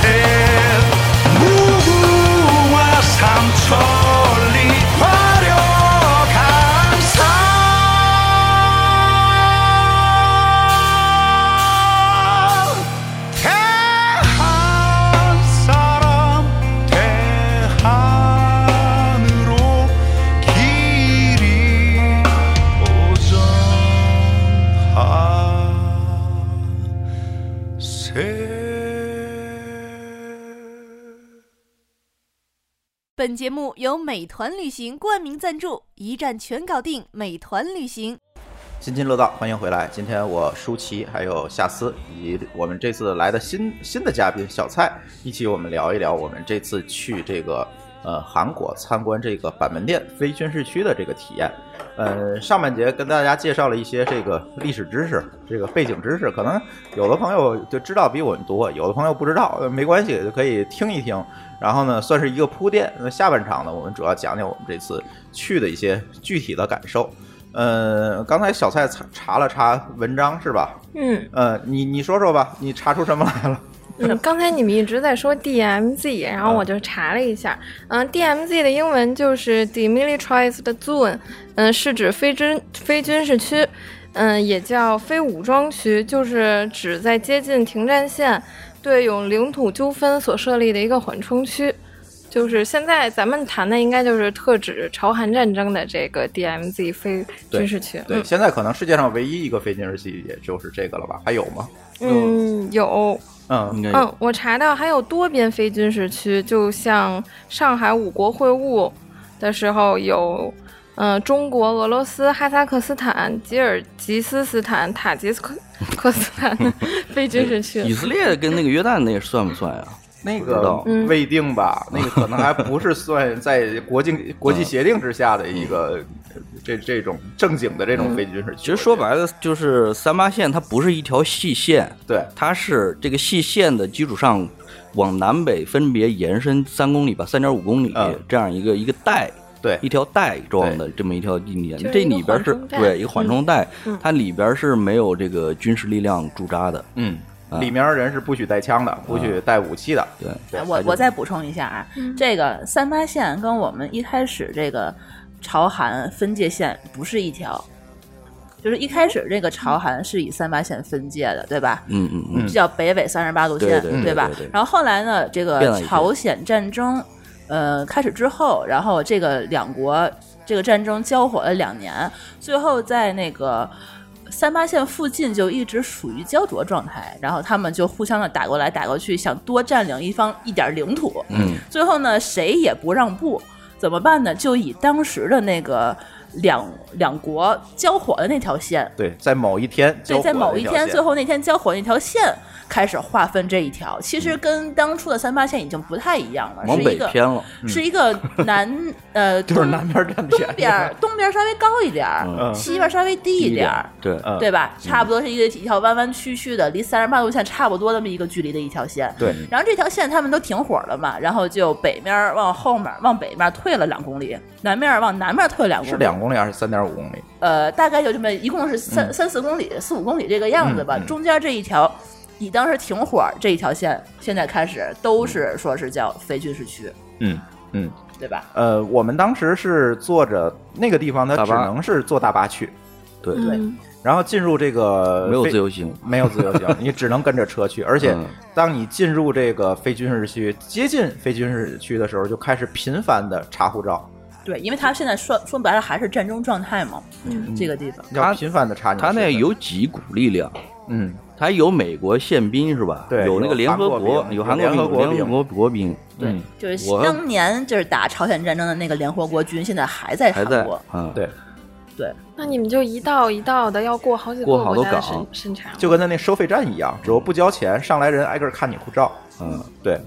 F: 무궁화 삼천리 화려강산 대한 사람 대한으로 길이 보전하세
G: 本节目由美团旅行冠名赞助，一站全搞定，美团旅行。
A: 津津乐道，欢迎回来。今天我舒淇，还有夏思，以及我们这次来的新新的嘉宾小蔡，一起我们聊一聊我们这次去这个呃韩国参观这个板门店非军事区的这个体验。呃，上半节跟大家介绍了一些这个历史知识、这个背景知识，可能有的朋友就知道比我们多，有的朋友不知道，呃没关系，就可以听一听。然后呢，算是一个铺垫。那下半场呢，我们主要讲讲我们这次去的一些具体的感受。呃，刚才小蔡查查了查文章是吧？
D: 嗯
A: 呃，你你说说吧，你查出什么来了？
D: 嗯，刚才你们一直在说 DMZ，然
A: 啊
D: 后我就查了一下，嗯、d m z 的英文就是 Demilitarized Zone，嗯、是指非军非军事区，嗯、也叫非武装区，就是指在接近停战线对有领土纠纷所设立的一个缓冲区。就是现在咱们谈的应该就是特指朝韩战争的这个 DMZ 非
A: 对
D: 军事区。嗯
A: 对，现在可能世界上唯一一个非军事区也就是这个了吧？还有吗？
D: 嗯，嗯有。
A: 嗯，应
D: 嗯，我查到还有多边非军事区，就像上海五国会晤的时候有，呃，中国、俄罗斯、哈萨克斯坦、吉尔吉斯斯坦、塔吉斯克 克斯坦 非军事区。
A: 哎
B: 以色列跟那个约旦那个算不算呀？
A: 那
B: 不知
A: 个
B: 道
E: 嗯
A: 未定吧，那个可能还不是 算在国境国际协定之下的一个这这种正经的这种非军事区。
B: 其实说白了，就是三八线它不是一条细线，
A: 对，
B: 它是这个细线的基础上往南北分别延伸三公里吧，三点五公里、
A: 啊
B: 这样一个一个带。
A: 对，
B: 一条带状的这么一条地连，
A: 就是
B: 这
A: 一个
B: 里边
A: 缓冲
B: 是
A: 带
B: 对一个缓冲带
A: 嗯嗯，
B: 它里边是没有这个军事力量驻扎的，
A: 嗯，
B: 啊
A: 里面人是不许带枪的，不许带武器的。
B: 对，
E: 哎我我再补充一下啊，
D: 嗯
E: 这个三八线跟我们一开始这个朝韩分界线不是一条，就是一开始这个朝韩是以三八线分界的，对吧？
B: 嗯嗯嗯
E: 这，叫北纬三十八度线，
B: 对对对
E: 吧
B: 对对对？
E: 然后后来呢，这
B: 变
E: 个
B: 了一些
E: 朝鲜战争，呃，开始之后，然后这个两国这个战争交火了两年，最后在那个三八线附近就一直属于焦灼状态，然后他们就互相的打过来打过去，想多占领一方一点领土，
B: 嗯，
E: 最后呢，谁也不让步，怎么办呢？就以当时的那个两两国交火的那条线。
A: 对，在某一天，
E: 对，在某一天，最
A: 后
E: 后那天交火那条线开始划分这一条，其实跟当初的三八线已经不太一样了，
B: 往
E: 是一
B: 北
E: 个
B: 偏了，
E: 是一个南呃
A: 就是南边占
E: 东 边儿东边儿稍微高一点儿，
B: 嗯
E: 西边儿稍微低一点儿，嗯
B: 对
E: 对吧？差不多是一个一条弯弯曲曲的，离三十八度线差不多那么一个距离的一条线。
A: 对
E: 然后这条线他们都停火了嘛，然后就北面儿往后面儿往北面儿退了两公里，南面儿往南面儿退了两公里，
A: 是两公里还是三点五公里？
E: 呃，大概就这么，一共是三、
A: 嗯
E: 三四公里、四五公里这个样子吧。
A: 嗯嗯
E: 中间这一条，你当时停火这一条线，现在开始都是说是叫非军事区，
A: 嗯嗯，
E: 对吧？
A: 呃，我们当时是坐着那个地方，它只能是坐大巴去，
B: 对
E: 对
A: 然后进入这个
B: 没有
A: 非
B: 自由行
A: 没有自由 行，你只能跟着车去。而且
B: 嗯，
A: 当你进入这个非军事区、接近非军事区的时候，就开始频繁的查护照，
E: 对，因为他现在说说白了还是战争状态嘛，
A: 嗯
E: 这个地方。
A: 要频繁的查你的
B: 它那
A: 身份
B: 有几股力量，
A: 嗯，
B: 它有美国宪兵是吧？
A: 对
B: 有那个
A: 有
B: 联
A: 韩
B: 合
A: 国
B: 国，
A: 兵
B: 有
A: 有
B: 韩国
A: 联合国
B: 有联
A: 兵
B: 合国国兵，嗯对，
E: 就是
B: 我
E: 当年就是打朝鲜战争的那个联合国军，现在还在
B: 还
E: 韩
B: 在
E: 国。，
B: 嗯，
A: 对，
E: 对，
D: 那你们就一道一道的要过好几个
A: 过好多
D: 国家的
A: 岗
D: 审审查。
A: 就跟他那收费站一样，只要不交钱，上来人挨个儿看你护照。
B: 嗯，
A: 对，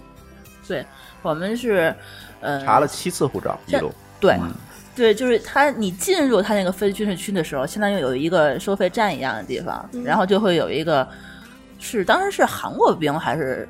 E: 对，我们是呃
A: 查了七次护照，一
E: 像
A: 路。
E: 对。
A: 嗯
E: 对，就是他，你进入他那个非军事区的时候，相当于有一个收费站一样的地方，
A: 嗯
E: 然后就会有一个是当时是韩国兵还是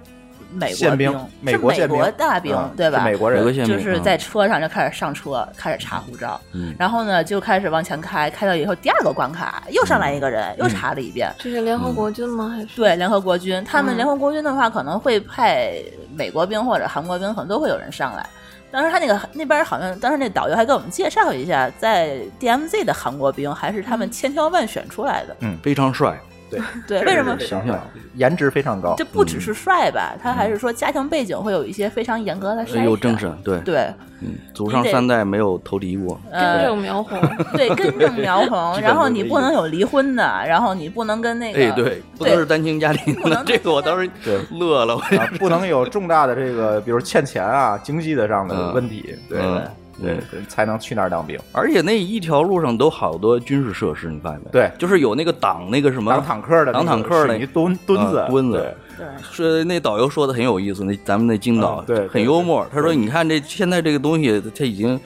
E: 美国
A: 宪兵美
E: 是
A: 国
E: 美
A: 宪
E: 国
A: 兵
E: 大兵、
A: 嗯
E: 对吧？
A: 是美国人美国宪兵啊
E: 就是在车上就开始上车，开始查护照，
B: 嗯
E: 然后呢就开始往前开，开到以后第二个关卡又上
A: 嗯
E: 来一个人，又查了一遍。
D: 这是联合国军吗？还是
E: 对联合国军，他们
D: 嗯
E: 联合国军的话，可能会派美国兵或者韩国兵，可能都会有人上来。当时他那个那边好像，当时那导游还给我们介绍一下，在 DMZ 的韩国兵还是他们千挑万选出来的。
A: 嗯，
B: 非常帅，
A: 对，
E: 对为什么
A: 形象颜值非常高？
E: 这不
B: 嗯
E: 只是帅吧，他还是说家庭背景会有一些非常严格的筛选。
B: 呃有政审，对
E: 对，
B: 嗯，祖上三代没有投敌过，
E: 呃，
D: 正苗红，
E: 对，根正苗红，
B: 基本
E: 然后
B: 都
E: 你
B: 是
E: 不
B: 一
E: 能有离婚的，然后你不能跟那个，
B: 哎，对，不能是单亲家庭的，这个我当时 乐了，我
A: 啊，不能有重大的这个，比如欠钱啊、经济的上的问题，对
B: 嗯
A: 对对，才能去那儿当兵。
B: 而且那一条路上都好多军事设施，你发现没？
A: 对，
B: 就是有那个挡那个什么
A: 挡坦克的
B: 挡坦克
A: 那个
B: 的
A: 水泥墩墩子
B: 啊墩子。
E: 对，
B: 是那导游说的很有意思，那咱们那金导
A: 嗯对对
B: 很幽默。他说：“你看这现在这个东西，它已经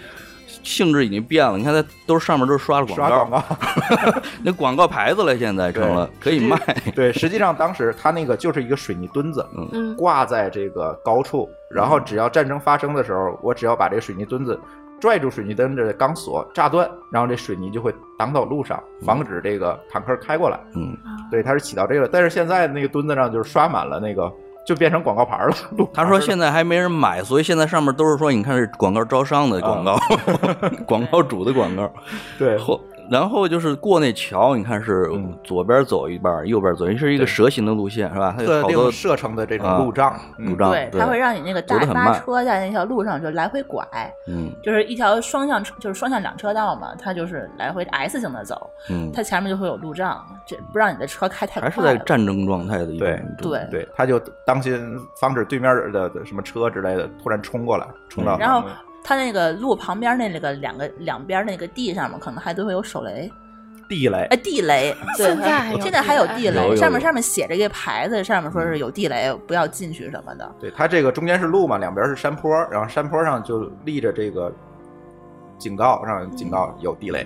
B: 性质已经变了。你看它都上面都是刷了
A: 刷广
B: 广告，
A: 告
B: 那广告牌子了，现在成了可以卖。
A: 对，实际上当时他那个就是一个水泥墩子，
D: 嗯
B: 嗯
A: 挂在这个高处，然后只要战争发生的时候，我只要把这个水泥墩子拽住水泥灯的钢索炸断，然后这水泥就会挡到路上，防止这个坦克开过来。
B: 嗯，
A: 对，它是起到这个。但是现在那个墩子上就是刷满了那个，就变成广告牌了。
B: 他说现在还没人买，所以现在上面都是说，你看是广告招商的广告， 广告主的广告。
A: 啊对，
B: 后然后就是过那桥，你看是左边走一半，右边走，一是一个蛇形的路线，是吧？它有
A: 特
B: 好
A: 定
B: 多
A: 射程的这种
B: 啊
A: 路障
B: 路障，对，
E: 它会让你那个
B: 走
E: 大
B: 得很
E: 巴
B: 慢。
E: 车在那条路上就来回拐，
B: 嗯
E: 就是一条双向车就是双向两车道嘛，它就是来回 S 型的走，
B: 嗯，
E: 它前面就会有路障，这不让你的车开太快
B: 还
E: 了。
B: 是在战争状态的一
A: 对
E: 对
A: 对，他就当心防止对面的的什么车之类的突然冲过来，冲到他们。
E: 嗯然后它那个路旁边那个两个两边那个地上面，可能还都会有手雷，
A: 地雷
E: 呃，地 雷。对，
D: 现在还有
E: 现在还有
D: 地
E: 地
D: 雷
A: 有有
E: 雷，上面
A: 有
E: 上面写着一个牌子，上面说
B: 嗯
E: 是有地雷，不要进去什么的。
A: 对，它这个中间是路嘛，两边是山坡，然后山坡上就立着这个警告，让
E: 嗯
A: 警告有地雷，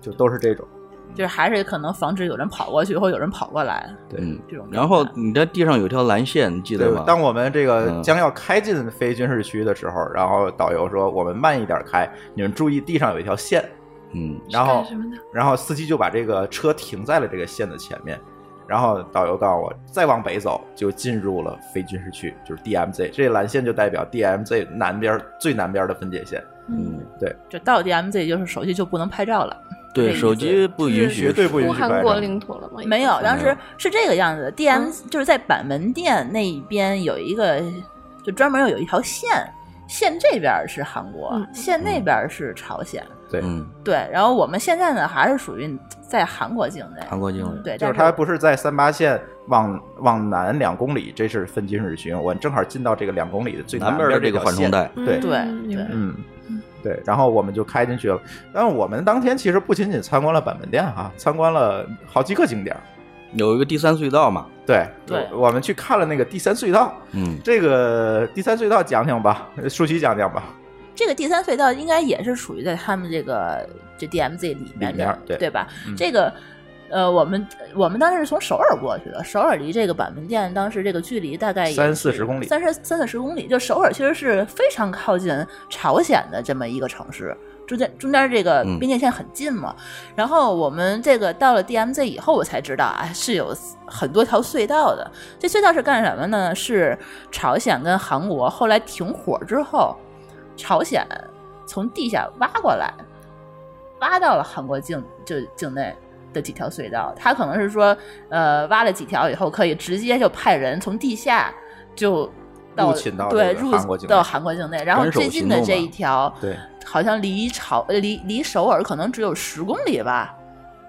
A: 就都是这种。
E: 就是还是可能防止有人跑过去或有人跑过来。
A: 对，
E: 这种
B: 嗯然后你在地上有条蓝线，你记得吗？
A: 当我们这个
B: 嗯
A: 将要开进非军事区的时候，然后导游说我们慢一点开，你们注意地上有一条线。
B: 嗯，
A: 然后
D: 什么的？
A: 然后司机就把这个车停在了这个线的前面，然后导游告诉我，再往北走就进入了非军事区，就是 DMZ，这蓝线就代表 DMZ 南边最南边的分界线。
B: 嗯，
A: 对
E: 就到 DMZ 就是手机就不能拍照了。
B: 对
E: 这意
B: 手
E: 思
B: 机不允许，
A: 绝对不允
D: 出
A: 许
D: 韩
A: 拍
D: 国
A: 照。
D: 领土了吗？
E: 没有，当
B: 没有
E: 时是这个样子。D M、就是在板门店那一边有一个，就专门有一条线，线这边是韩国，
D: 嗯
E: 线那边是朝鲜。
A: 对，
B: 嗯，
E: 对，然后我们现在呢还是属于在韩国境内。嗯
B: 韩国境内。
E: 对，
A: 就
E: 但
A: 是它不是在三八线往往南两公里，这是分军事区，我正好进到这个两公里的最
B: 南边
A: 边
B: 的
A: 这
B: 这个
A: 条
B: 缓冲
A: 线
B: 带
A: 对，
E: 对
D: 嗯
E: 对
A: 嗯，对，然后我们就开进去了。但我们当天其实不仅仅参观了板门店啊，参观了好几个景点儿。
B: 有一个第三隧道嘛，
A: 对，
E: 对
A: 我我们去看了那个第三隧道。
B: 嗯，
A: 这个第三隧道讲讲吧，呃舒淇讲讲吧。
E: 这个第三隧道应该也是属于在他们这个这 DMZ 里面
A: 里
E: 的，
A: 面对
E: 吧？
A: 嗯
E: 这个呃，我们我们当时是从首尔过去的，首尔离这个板门店当时这个距离大概也
A: 三
E: 是
A: 四十公里
E: 三十三四十公里。就首尔其实是非常靠近朝鲜的这么一个城市。中间中间这个
B: 嗯
E: 边界线很近嘛，然后我们这个到了 DMZ 以后，我才知道啊，是有很多条隧道的。这隧道是干什么呢？是朝鲜跟韩国后来停火之后，朝鲜从地下挖过来，挖到了韩国境就境内的几条隧道。他可能是说，呃，挖了几条以后，可以直接就派人从地下就到
A: 入侵到
E: 对
A: 这个韩
E: 入
A: 国境内
E: 到韩国境内，然后
B: 斩首
E: 最近
B: 行动
E: 的
B: 嘛
E: 这一条，
A: 对，
E: 好像离朝呃离离首尔可能只有十公里吧，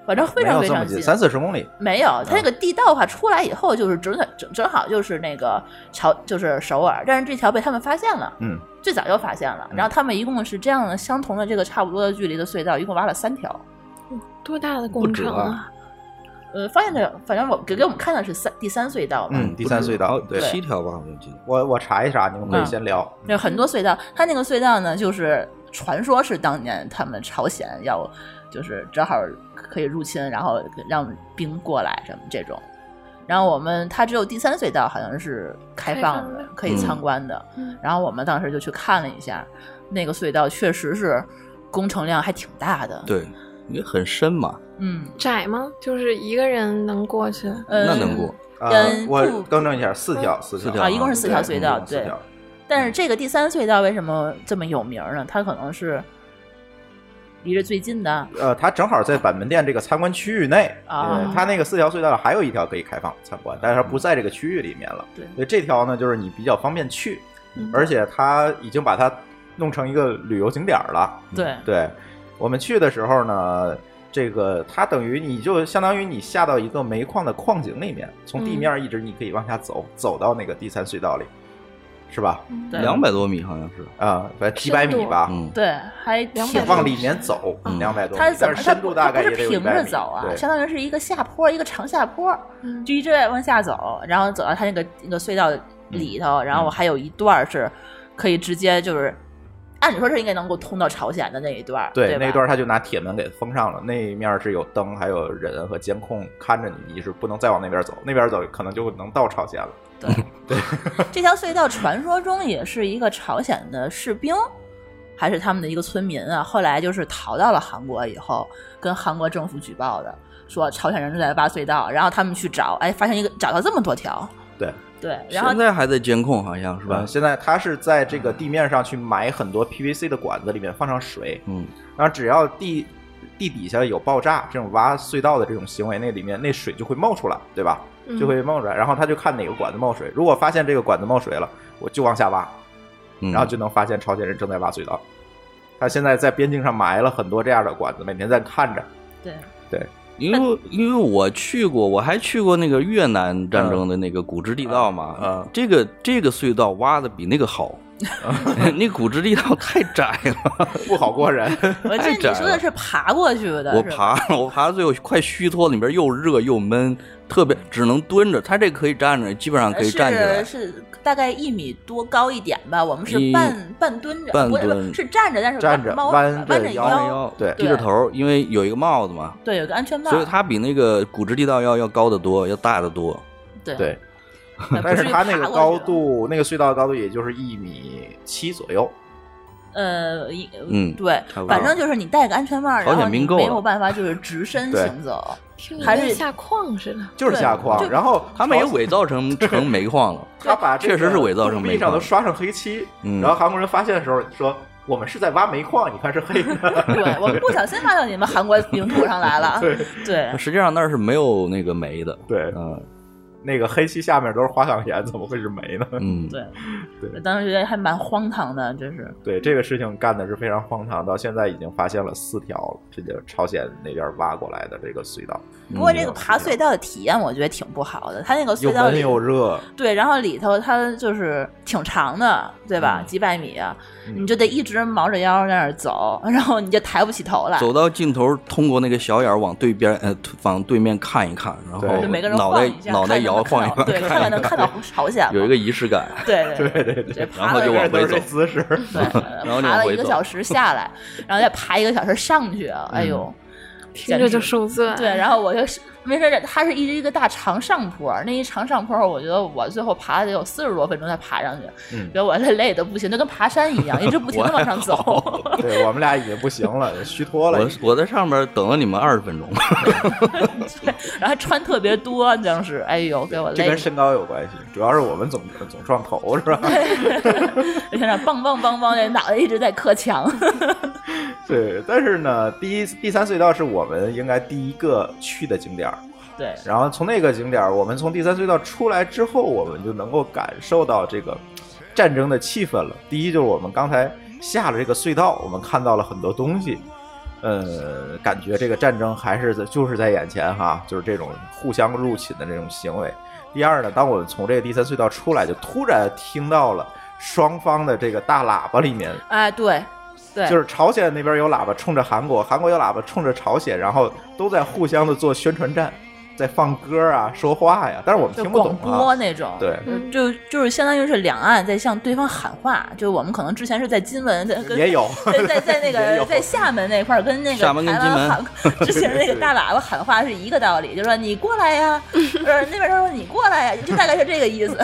E: 反正非
A: 啊没
E: 常
A: 有
E: 非
A: 这么
E: 常
A: 近，三四十嗯公里。
E: 没有，它那个地道化出来以后，就是正正正好就是那个朝就是首尔，但是这条被他们发现了，
A: 嗯，
E: 最早就发现了。然后他们一共是这样的相同的这个差不多的距离的隧道，一共挖了三条。
D: 多大的工程啊！
E: 呃，发现的反正我给给我们看的是三第三隧道嘛，
A: 嗯第三隧道
B: 不止
A: 对
B: 七条吧，好像记得。
A: 我我查一查，你们可以
E: 嗯
A: 先聊。
E: 有很多隧道，它那个隧道呢，就是传说是当年他们朝鲜要就是正好可以入侵，然后让兵过来什么这种。然后我们它只有第三隧道好像是开放的，
D: 开放的
E: 可以参观的。
D: 嗯
E: 然后我们当时就去看了一下，那个隧道确实是工程量还挺大的。，
B: 对，也很深嘛，
E: 嗯，
D: 窄吗？就是一个人能过去？
E: 呃
B: 那能过。
A: 呃
E: 嗯，
A: 我
E: 不
A: 更正一下，四条，四条嗯
B: 条啊一共是
E: 四条隧道
A: 对，一共是
E: 对
A: 四条
E: 但
B: 嗯
E: 是这个第三隧道为什么这么有名呢？它可能是离着最近的，
A: 呃，它正好在板门店这个参观区域内
E: 啊嗯
A: 呃它那个四条隧道还有一条可以开放参观，但是它不在这个区域里面了。
E: 对
A: 所以这条呢，就是你比较方便去，
D: 嗯
A: 而且它已经把它弄成一个旅游景点了。
E: 嗯对
A: 对，我们去的时候呢，这个它等于你就相当于你下到一个煤矿的矿井里面，从地面一直你可以往下走，走到那个第三隧道里，是吧？
E: 对
B: 两百多米好像是。
A: 啊、反正几百米吧，
B: 嗯，
E: 对，还挺
A: 往里面走
B: 嗯
A: 两百多米，
E: 它是怎么？
A: 但
E: 它
A: 深度大概
E: 它
A: 也
E: 不
A: 得
E: 是
A: 有
E: 平
A: 100
E: 着
A: 米
E: 走啊，
A: 对
E: 相当于是一个下坡，一个长下坡，
D: 嗯
E: 就一直往下走，然后走到它那个那个隧道
A: 嗯
E: 里头，然后我还有一段是可以直接就是，按理说是应该能够通到朝鲜的那一段，
A: 对，
E: 对吧
A: 那一段他就拿铁门给封上了，那一面是有灯，还有人和监控看着你，你是不能再往那边走，那边走可能就能到朝鲜了。
E: 这条隧道传说中也是一个朝鲜的士兵，还是他们的一个村民啊，后来就是逃到了韩国以后，跟韩国政府举报的，说朝鲜人正在挖隧道，然后他们去找，哎，发现一个找到这么多条，
A: 对
E: 对，然后
B: 现在还在监控，好像是吧
A: 嗯？现在它是在这个地面上去埋很多 PVC 的管子，里面放上水，
B: 嗯，
A: 然后只要地地底下有爆炸这种挖隧道的这种行为，那里面那水就会冒出来，对吧？
D: 嗯
A: 就会冒出来，然后他就看哪个管子冒水，如果发现这个管子冒水了，我就往下挖，
B: 嗯
A: 然后就能发现朝鲜人正在挖隧道。他现在在边境上埋了很多这样的管子，每天在看着。
E: 对，
A: 对，
B: 因为因为我去过，我还去过那个越南战争的那个古芝地道嘛，啊，这个这个隧道挖的比那 个好，那古芝地道太窄了，
A: 不好过人，
E: 我记
B: 太
E: 得
B: 窄
E: 你说的
B: 了。
E: 是爬过去的，
B: 我
E: 是吧
B: 爬了，我爬到最后快虚脱，里边又热又闷，特别只能蹲着。他这可以站着，基本上可以站起来
E: 呃是。是大概一米多高一点吧，我们是
B: 一
E: 半半蹲着，
B: 半
E: 不是不
B: 蹲
E: 是站着，但是
B: 站着
E: 猫
B: 弯
E: 弯
B: 着
E: 着
B: 腰
A: 对
B: 低着头，因为有一个帽子嘛，
E: 对，有个安全帽，
B: 所以它比那个古芝地道要要高得多，要大得多。
E: 对
A: 对，
E: 呃
A: 但是
E: 不
A: 他那
E: 爬
A: 个
E: 过去
A: 高
E: 了
A: 度，那个隧道的高度也就是一米七左右。
E: 呃，一
A: 嗯
E: 对
A: 差不，多
E: 反正就是你戴个安全帽，
A: 朝
E: 然后
A: 鲜
E: 你
A: 并购
E: 没
A: 了
E: 有办法就是 直身
A: 对
E: 行走，
D: 听你
E: 还
D: 跟
E: 是
D: 下矿似的，
A: 就是下矿，然后
B: 他们也伪造 成成煤矿了，
A: 他把这个
B: 确实是伪造成
A: 洞
B: 煤
A: 壁上都
B: 矿。
A: 刷上黑漆，
B: 嗯
A: 然后韩国人发现的时候说：“我们是在挖煤矿，你看是黑的。” ，
E: 对我们不小心挖到你们韩国领土上 来了
A: 对
E: 对，
B: 实际上那儿是没有那个煤的。
A: 对，
B: 嗯，
A: 那个黑漆下面都是花岗岩，怎么会是煤呢？
B: 嗯，
E: 对，
A: 对
E: 当时觉得还蛮荒唐的，真是。
A: 对，这个事情干的是非常荒唐，到现在已经发现了四条这个朝鲜那边挖过来的这个隧道，
B: 嗯
A: 嗯
E: 不过这个爬隧道的体验，我觉得挺不好的。它那个
A: 又
E: 隧道
A: 闷
E: 里，
A: 又热，
E: 对，然后里头它就是挺长的，对
B: 嗯
E: 吧？几百米啊，你就得一直毛着腰在那儿走，然后你就抬不起头来。
B: 走到尽头，通过那个小眼儿往对边呃往对面看一看，然后
E: 就每个人
B: 脑
E: 晃
B: 袋
E: 一下，
B: 脑袋
E: 看能
B: 摇
E: 看
B: 晃一
E: 到
B: 晃，
E: 对，看看能看到朝鲜吗？
B: 有一个仪式感。
E: 对对对
A: 对对，
B: 然后就往回
A: 都是这
B: 走
A: 姿势，
B: 然后就
E: 爬
B: 往
E: 了
B: 回
E: 一个
B: 走
E: 小时下来，然后再爬一个小时上去，哎呦，
B: 嗯
D: 听着就受罪。
E: 对，然后我就是没事儿，它是一一个大长上坡，那一长上坡，我觉得我最后爬了得有四十多分钟才爬上去，
A: 嗯
E: 觉得我累累的不行，就跟爬山一样，一直不停的往上走。
A: 对我们俩已经不行了，虚脱了
B: 我。我在上面等了你们二十分钟，
E: 然后穿特别多，当时，哎呦，给我
A: 这
E: 累
A: 跟
E: 的，
A: 身高有关系，主要是我们总总撞头是吧？
E: 就在那梆梆梆梆，那脑袋一直在磕墙。
A: 对，但是呢，第一第三隧道是我们应该第一个去的景点儿，
E: 对，
A: 然后从那个景点儿，我们从第三隧道出来之后，我们就能够感受到这个战争的气氛了。第一就是我们刚才下了这个隧道，我们看到了很多东西，呃，感觉这个战争还是在就是在眼前哈，就是这种互相入侵的这种行为。第二呢，当我们从这个第三隧道出来，就突然听到了双方的这个大喇叭里面
E: 哎，对，对，
A: 就是朝鲜那边有喇叭冲着韩国，韩国有喇叭冲着朝鲜，然后都在互相的做宣传战，在放歌啊、说话呀，但是我们
E: 就
A: 听不懂
E: 广播
A: 啊。
E: 那种，
A: 对
E: 嗯，就就是相当于是两岸在向对方喊话，就我们可能之前是在金门，在跟
A: 也有
E: 在在在那
A: 也有
E: 个在厦门那块儿跟那个
B: 厦门跟
E: 台湾
B: 金门
E: 喊 之前那个大喇叭喊话是一个道理，就说你过来呀，呃那边儿说你过来呀，就大概是这 个意思。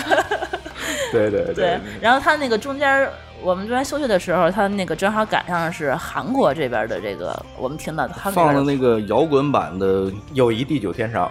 A: 对对
E: 对，然后他那个中间儿，我们中间休息的时候，他那个正好赶上是韩国这边的这个，我们听到他
B: 放了那个摇滚版的《
A: 友谊地久天长》。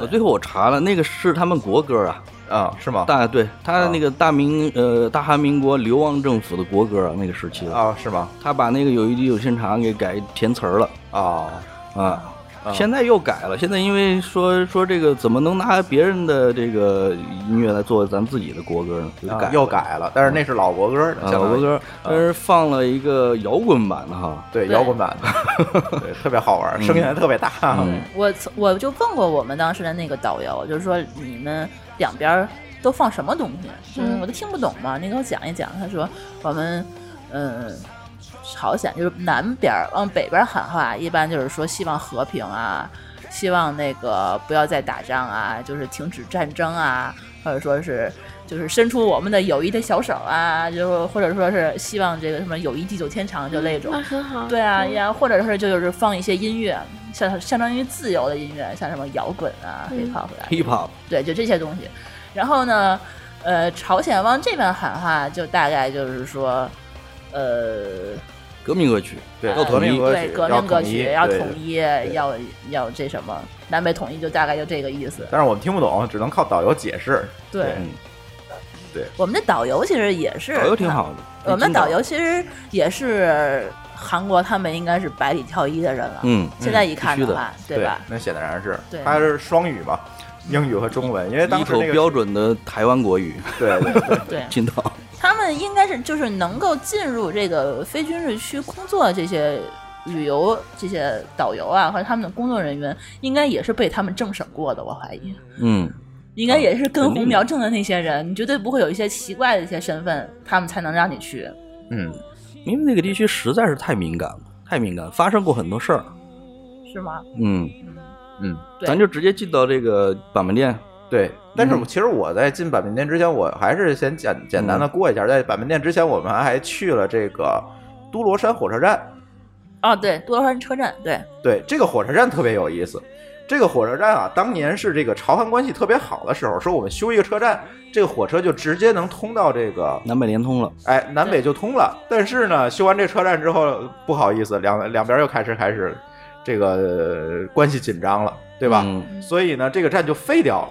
B: 呃，最后我查了，那个是他们国歌啊。
A: 啊，是吗？
B: 大对，
E: 啊
B: 他那个大明、呃大韩民国流亡政府的国歌啊，那个时期的
A: 啊，是吗？
B: 他把那个友谊地久天长给改填词儿了
A: 啊
B: 啊。现在又改了，现在因为说说这个怎么能拿别人的这个音乐来做咱们自己的国歌呢？就
A: 啊
B: 改了
A: 又改了，但是那是老国歌的，
B: 啊
A: 相当于
B: 老国歌，但是放了一个摇滚版的哈，
A: 对摇滚版 的，对特别好
B: 嗯
A: 玩，声音还特别大。
E: 啊我曾我就问过我们当时的那个导游，就是说你们两边儿都放什么东西？嗯，我都听不懂嘛，你给我讲一讲。他说我们嗯，朝鲜就是南边儿往北边儿喊话，一般就是说希望和平啊，希望那个不要再打仗啊，就是停止战争啊，或者说是。就是伸出我们的友谊的小手啊，就或者说是希望这个什么友谊地久天长，就那种。
D: 那很好。
E: 对啊，
D: 嗯
E: 呀，或者是就是放一些音乐，相相当于自由的音乐，像什么摇滚啊、
D: 嗯
E: hip hop 啊，
B: hip hop，
E: 对，就这些东西。然后呢，呃，朝鲜往这边喊话，就大概就是说，呃，啊
B: 革命歌曲，
A: 对
B: 要统一，
E: 对，革命歌曲要
A: 对
E: 统一，要要这什么，南北统一就大概就这个意思。
A: 但是我们听不懂，只能靠导游解释。
E: 对
A: 嗯对，
E: 我们这导游其实也是，
A: 导游挺好的
E: 我们导游其实也是韩国，他们应该是百里挑一的人了。
A: 嗯
E: 现在一看啊
A: 必须的
E: 话，
A: 对
E: 吧？？
A: 那显然是
E: 对，
A: 它是双语嘛，英语和中文，因为哎当
B: 一
A: 时
B: 口
A: 那个
B: 标准的台湾国语，
A: 对对
E: 对
B: 青岛，
E: 他们应该是就是能够进入这个非军事区工作的这些旅游这些导游啊，和他们的工作人员，应该也是被他们政审过的，我怀疑。
B: 嗯，
E: 应该也是跟
B: 肯定
E: 红苗正的那些人，你绝对不会有一些奇怪的一些身份，他们才能让你去。
A: 嗯，
B: 因为那个地区实在是太敏感了，太敏感，发生过很多事儿。
E: 是吗？
B: 嗯
A: 嗯，
E: 对
B: 咱就直接进到这个板门店。
A: 对，但是
B: 嗯
A: 我其实我在进板门店之前，我还是先简简单
B: 嗯
A: 的过一下。在板门店之前，我们还去了这个都罗山火车站。
E: 哦，对，多川车站，对，
A: 对，这个火车站特别有意思。这个火车站啊，当年是这个朝韩关系特别好的时候，说我们修一个车站，这个火车就直接能通到这个
B: 南北连通了。
A: 哎，南北就通了。但是呢，修完这车站之后，不好意思，两两边又开始开始这个呃关系紧张了，对吧？
B: 嗯
A: 所以呢，这个站就废掉了。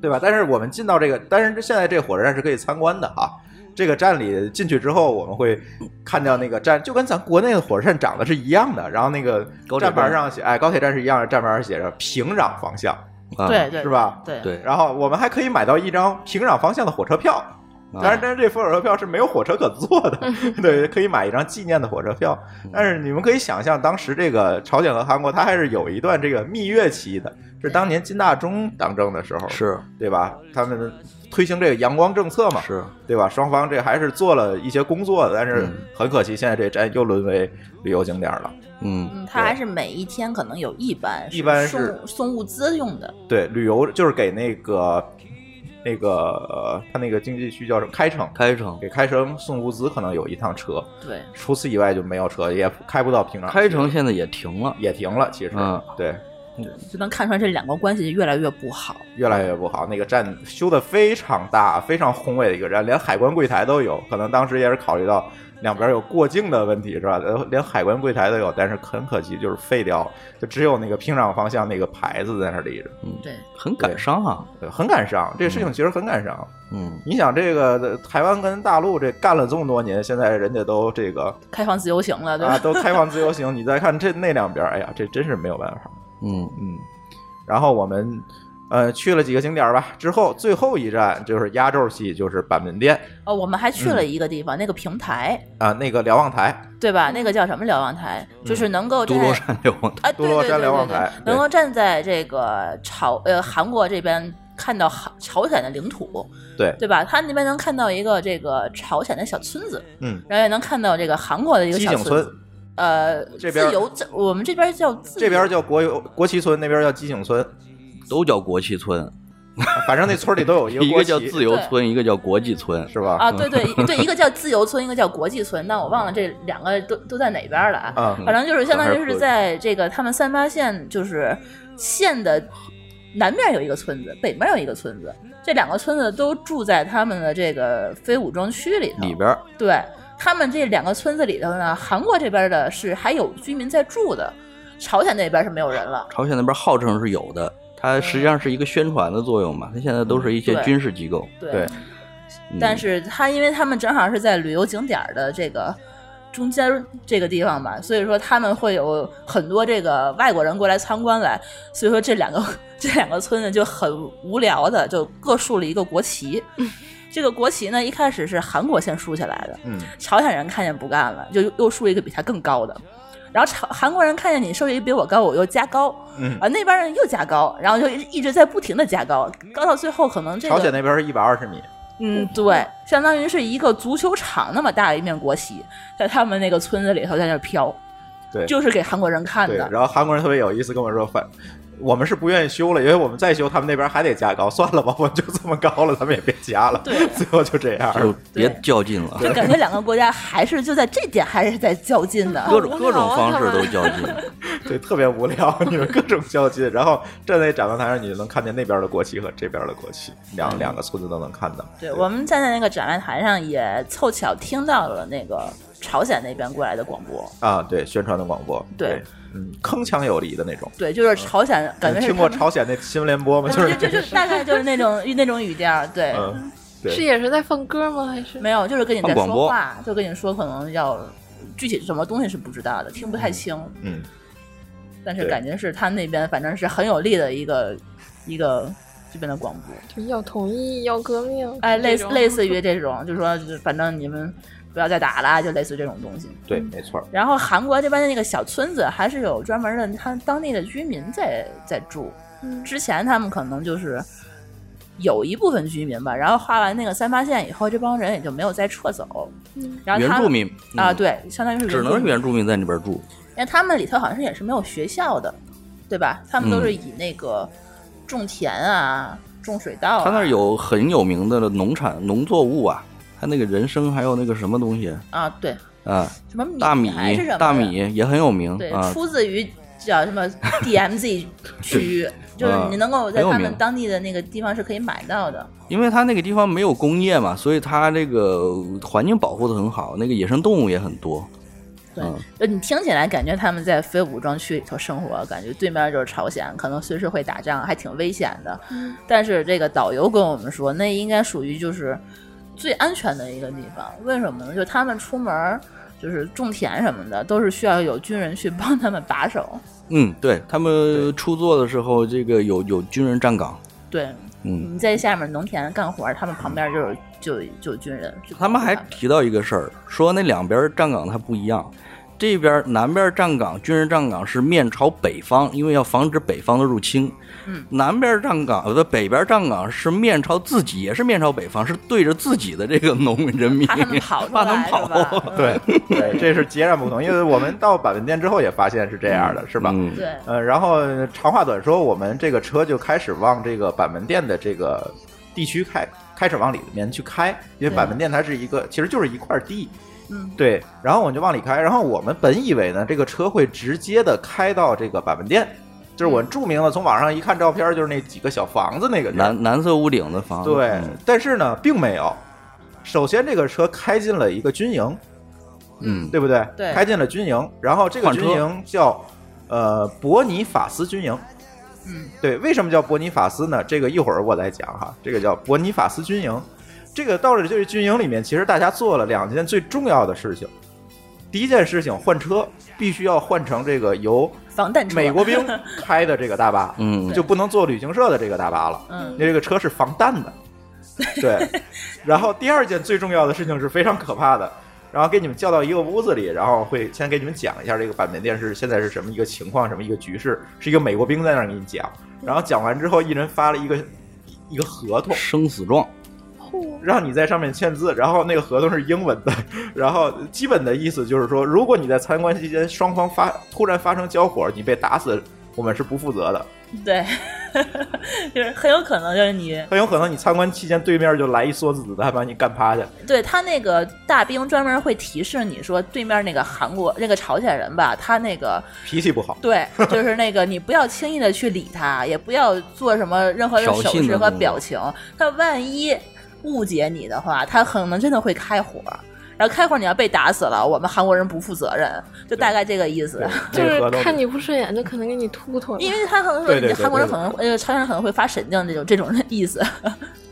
A: 对吧？但是我们进到这个，但是现在这个火车站是可以参观的哈。这个站里进去之后，我们会看到那个站，就跟咱国内的火车站长得是一样的。然后那个
B: 铁
A: 站牌
B: 站
A: 上写，哎，高铁站是一样的，站牌上写着平壤方向，
B: 啊对对
A: 是吧？
B: 对对
A: 然后我们还可以买到一张平壤方向的火车票，当
B: 啊
A: 然，但是这火车票是没有火车可坐的，
B: 嗯
A: 对，可以买一张纪念的火车票。但是你们可以想象，当时这个朝鲜和韩国，它还是有一段这个蜜月期的，是当年金大中当政的时候，
B: 是
A: 对吧？他们推行这个阳光政策嘛，
B: 是
A: 对吧？双方这还是做了一些工作的，但是很可惜，现在这站又沦为旅游景点了。
B: 嗯，
E: 嗯，它还是每一天可能有一班，
A: 一班
E: 送
A: 是
E: 送物资用的，
A: 对，旅游就是给那个那个呃他那个经济区叫什么开城，
B: 开城
A: 给开城送物资，可能有一趟车。
E: 对，
A: 除此以外就没有车，也开不到平壤。
B: 开城现在也停了，
A: 也停了，其实，
B: 嗯，
A: 对，
E: 就能看出来这两国关系越来越不好。
A: 越来越不好。那个站修的非常大，非常宏伟的一个站，连海关柜台都有。可能当时也是考虑到两边有过境的问题，是吧？呃连海关柜台都有，但是很可惜就是废掉了，就只有那个平壤方向那个牌子在那儿立着。
B: 嗯，
E: 对，
B: 很感伤啊，
A: 对，很感伤。这个事情其实很感伤。
B: 嗯，
A: 你想，这个呃台湾跟大陆这干了这么多年，现在人家都这个
E: 开放自由行了，对吧？
A: 啊，都开放自由行。你再看这那两边，哎呀，这真是没有办法。
B: 嗯
A: 嗯。然后我们呃去了几个景点吧，之后最后一站就是压轴戏，就是板门店
E: 哦，我们还去了
A: 嗯
E: 一个地方，那个平台，
A: 啊，那个瞭望台，
E: 对吧？那个叫什么瞭望台，
A: 嗯
E: 就是能够
B: 都
E: 站
B: 罗山瞭望台，
E: 啊，
A: 都
E: 对
A: 洛
E: 对对
A: 山瞭望
E: 对
A: 台
E: 对，
A: 对
E: 能够站在这个朝呃韩国这边看到韩朝鲜的领土，
A: 对
E: 对吧？他那边能看到一个这个朝鲜的小村子，
A: 嗯，
E: 然后也能看到这个韩国的一个
A: 基
E: 小
A: 井村
E: 子，呃，
A: 这边
E: 自由，这我们这边叫自
A: 这边叫国有国旗村，那边叫基井村，啊
B: 都叫国旗村，
A: 反正那村里都有一个
B: 一
A: 国
B: 个
A: 旗
B: 叫自由
E: 对
B: 村，一个叫国际村，
A: 是吧？
E: 啊，对对一对，一个叫自由村，一个叫国际村，但我忘了这两个都都在哪边了啊。
B: 嗯
A: 啊，
E: 反正就是相当于是
A: 这还
E: 在这个他们三八线就是县的南面有一个村子，北面有一个村子，这两个村子都住在他们的这个非武装区里头。
B: 里边儿
E: 对他们这两个村子里头呢，韩国这边的是还有居民在住的，朝鲜那边是没有人了。
B: 朝鲜那边号称是有的，它实际上是一个宣传的作用嘛，它现在都是一些
E: 嗯对
B: 军事机构，
E: 对
A: 对
B: 嗯
E: 但是他因为他们正好是在旅游景点儿的这个中间这个地方吧，所以说他们会有很多这个外国人过来参观来，所以说这两个 这两个村子就很无聊的就各竖了一个国旗。
A: 嗯
E: 这个国旗呢，一开始是韩国先竖起来的，
A: 嗯，
E: 朝鲜人看见不干了，就又又竖一个比他更高的。然后朝韩国人看见你竖一个比我高，我又加高，
A: 嗯
E: 啊，那边人又加高，然后就一直在不停的加高，高到最后可能这个
A: 朝鲜那边是一百二十米，
E: 嗯，对，相当于是一个足球场那么大的一面国旗，在他们那个村子里头在那儿飘，
A: 对，
E: 就是给韩国人看
A: 对，
E: 的。
A: 然后韩国人特别有意思，跟我说反。我们是不愿意修了，因为我们再修，他们那边还得加高。算了吧，我们就这么高了，咱们也别加了。
E: 对
A: 最后就这样
B: 就
A: 了。
B: 别较劲了，
E: 就感觉两个国家还是就在这点还是在较 劲的，
B: 各种各种方式都 较劲，
A: 对，特别无聊， 你们各种较劲，然后站在展望台上，你就能看见那边的国旗和这边的国旗，
E: 嗯
A: 两两个村子都能看到。
E: 对，我们站在那个展览台上也凑巧听到了那个朝鲜那边过来的广播。
A: 啊，对，宣传的广播，
E: 对，
A: 嗯，铿锵有力的那种。
E: 对，就是朝鲜，感觉
A: 你嗯
E: 是
A: 听过
E: 他们
A: 朝鲜那新闻联播吗？就是
E: 就就大概就是那种那种语调，对，
A: 嗯，
D: 是
A: 对，
D: 也是在放歌吗？还是
E: 没有，就是跟你在
A: 放广
E: 说
A: 播
E: 话，就跟你说可能要具体是什么东西是不知道的，听不太清，
A: 嗯，
E: 但是
A: 对
E: 感觉是他那边反正是很有力的一个一个这边的广播，
D: 就要统一，要革命？
E: 哎，类似
D: 这种
E: 类似于这种，就说就是反正你们不要再打了，就类似于这种东西。
A: 对，没错儿。
E: 然后韩国这边的那个小村子还是有专门的，他当地的居民在在住。
D: 嗯
E: 之前他们可能就是有一部分居民吧，然后划完那个三八线以后，这帮人也就没有再撤走。
D: 嗯
E: 然后
B: 原
E: 他
B: 住民
E: 啊，
B: 嗯
E: 对，相当于是
B: 只能
E: 住
B: 是
E: 民
B: 原住民在那边住。
E: 因为他们里头好像是也是没有学校的，对吧？他们
B: 嗯
E: 都是以那个种田啊、种水稻、啊，
B: 他那儿有很有名的农产农作物啊，他那个人参还有那个什么东西
E: 啊，对，
B: 啊，
E: 什么米
B: 大米
E: 还是什么
B: 大
E: 的
B: 米也很有名
E: 对，
B: 啊。
E: 出自于 叫什么 DMZ 区域，就是你能够在
B: 啊很有
E: 他
B: 名
E: 们当地的那个地方是可以买到的。
B: 因为他那个地方没有工业嘛，所以他这个环境保护的很好，那个野生动物也很多。
E: 对
B: 嗯，
E: 就你听起来感觉他们在非武装区里头生活，感觉对面就是朝鲜，可能随时会打仗，还挺危险的。但是这个导游跟我们说，那应该属于就是最安全的一个地方。为什么呢？就他们出门儿就是种田什么的，都是需要有军人去帮他们把守。
B: 嗯，对他们出作的时候，这个有有军人站岗，
E: 对，
B: 嗯，
E: 你在下面农田干活儿，他们旁边就是就就有军人。
B: 他们 还提到一个事儿，说那两边站岗它不一样，这边南边站岗，军人站岗是面朝北方，因为要防止北方的入侵。
E: 嗯，
B: 南边站岗，呃，不北边站岗是面朝自己，也是面朝北方，是对着自己的这个农民人民，
E: 怕 他们跑出
B: 怕他们
E: 来，是吧
B: 跑。？
A: 对，对，这是截然不同，因为我们到板门店之后也发现是这样的，是吧？
B: 嗯
E: 对，
A: 呃，然后长话短说，我们这个车就开始往这个板门店的这个地区开，开始往里面去开，因为
E: 对
A: 板门店它是一个，其实就是一块地，
E: 嗯，
A: 对。然后我们就往里开，然后我们本以为呢，这个车会直接的开到这个板门店，就是
E: 嗯
A: 我著名的，从网上一看照片，就是那几个小房子那个地儿
B: 蓝蓝色屋顶的房子，
A: 对
B: 嗯，
A: 但是呢，并没有。首先，这个车开进了一个军营，
B: 嗯，
A: 对不对？
E: 对
A: 开进了军营，然后这个
B: 换车
A: 军营叫呃伯尼法斯军营。
E: 嗯，
A: 对，为什么叫伯尼法斯呢？这个一会儿我来讲哈。这个叫伯尼法斯军营，这个到了这个军营里面，其实大家做了两件最重要的事情。第一件事情，换车必须要换成这个由
E: 防弹车。
A: 美国兵开的这个大 巴，
B: 嗯，
A: 就不能坐旅行社的这个大巴了。
E: 嗯
A: 因为这个车是防弹的，对。然后第二件最重要的事情是非常可怕的，然后给你们叫到一个屋子里，然后会先给你们讲一下这个板门店是现在是什么一个情况，什么一个局势，是一个美国兵在那儿给你讲。然后讲完之后，一人发了一个一个合同，
B: 生死状，
A: 让你在上面签字，然后那个合同是英文的，然后基本的意思就是说，如果你在参观期间双方发突然发生交火，你被打死，我们是不负责的。
E: 对， 就是很有可能就是你
A: 很有可能你参观期间对面就来一梭子子弹把你干趴下。
E: 对他那个大兵专门会提示你说，对面那个韩国那个朝鲜人吧，他那个
A: 脾气不好，
E: 对，就是那个你不要轻易的去理他，也不要做什么任何的
B: 挑衅的
E: 手势
B: 动
E: 和
B: 作
E: 表情，他万一误解你的话，他可能真的会开火。然后开火你要被打死了，我们韩国人不负责任，就大概这个意思
A: 对。
D: 就
A: 这
D: 是
A: 个合同
D: 看你不顺眼，就可能给你突突了。
E: 因为他可能说，
A: 对对
E: 你
A: 对
E: 韩国人
A: 对
E: 可能呃朝鲜人可能会发神经这种这种意思，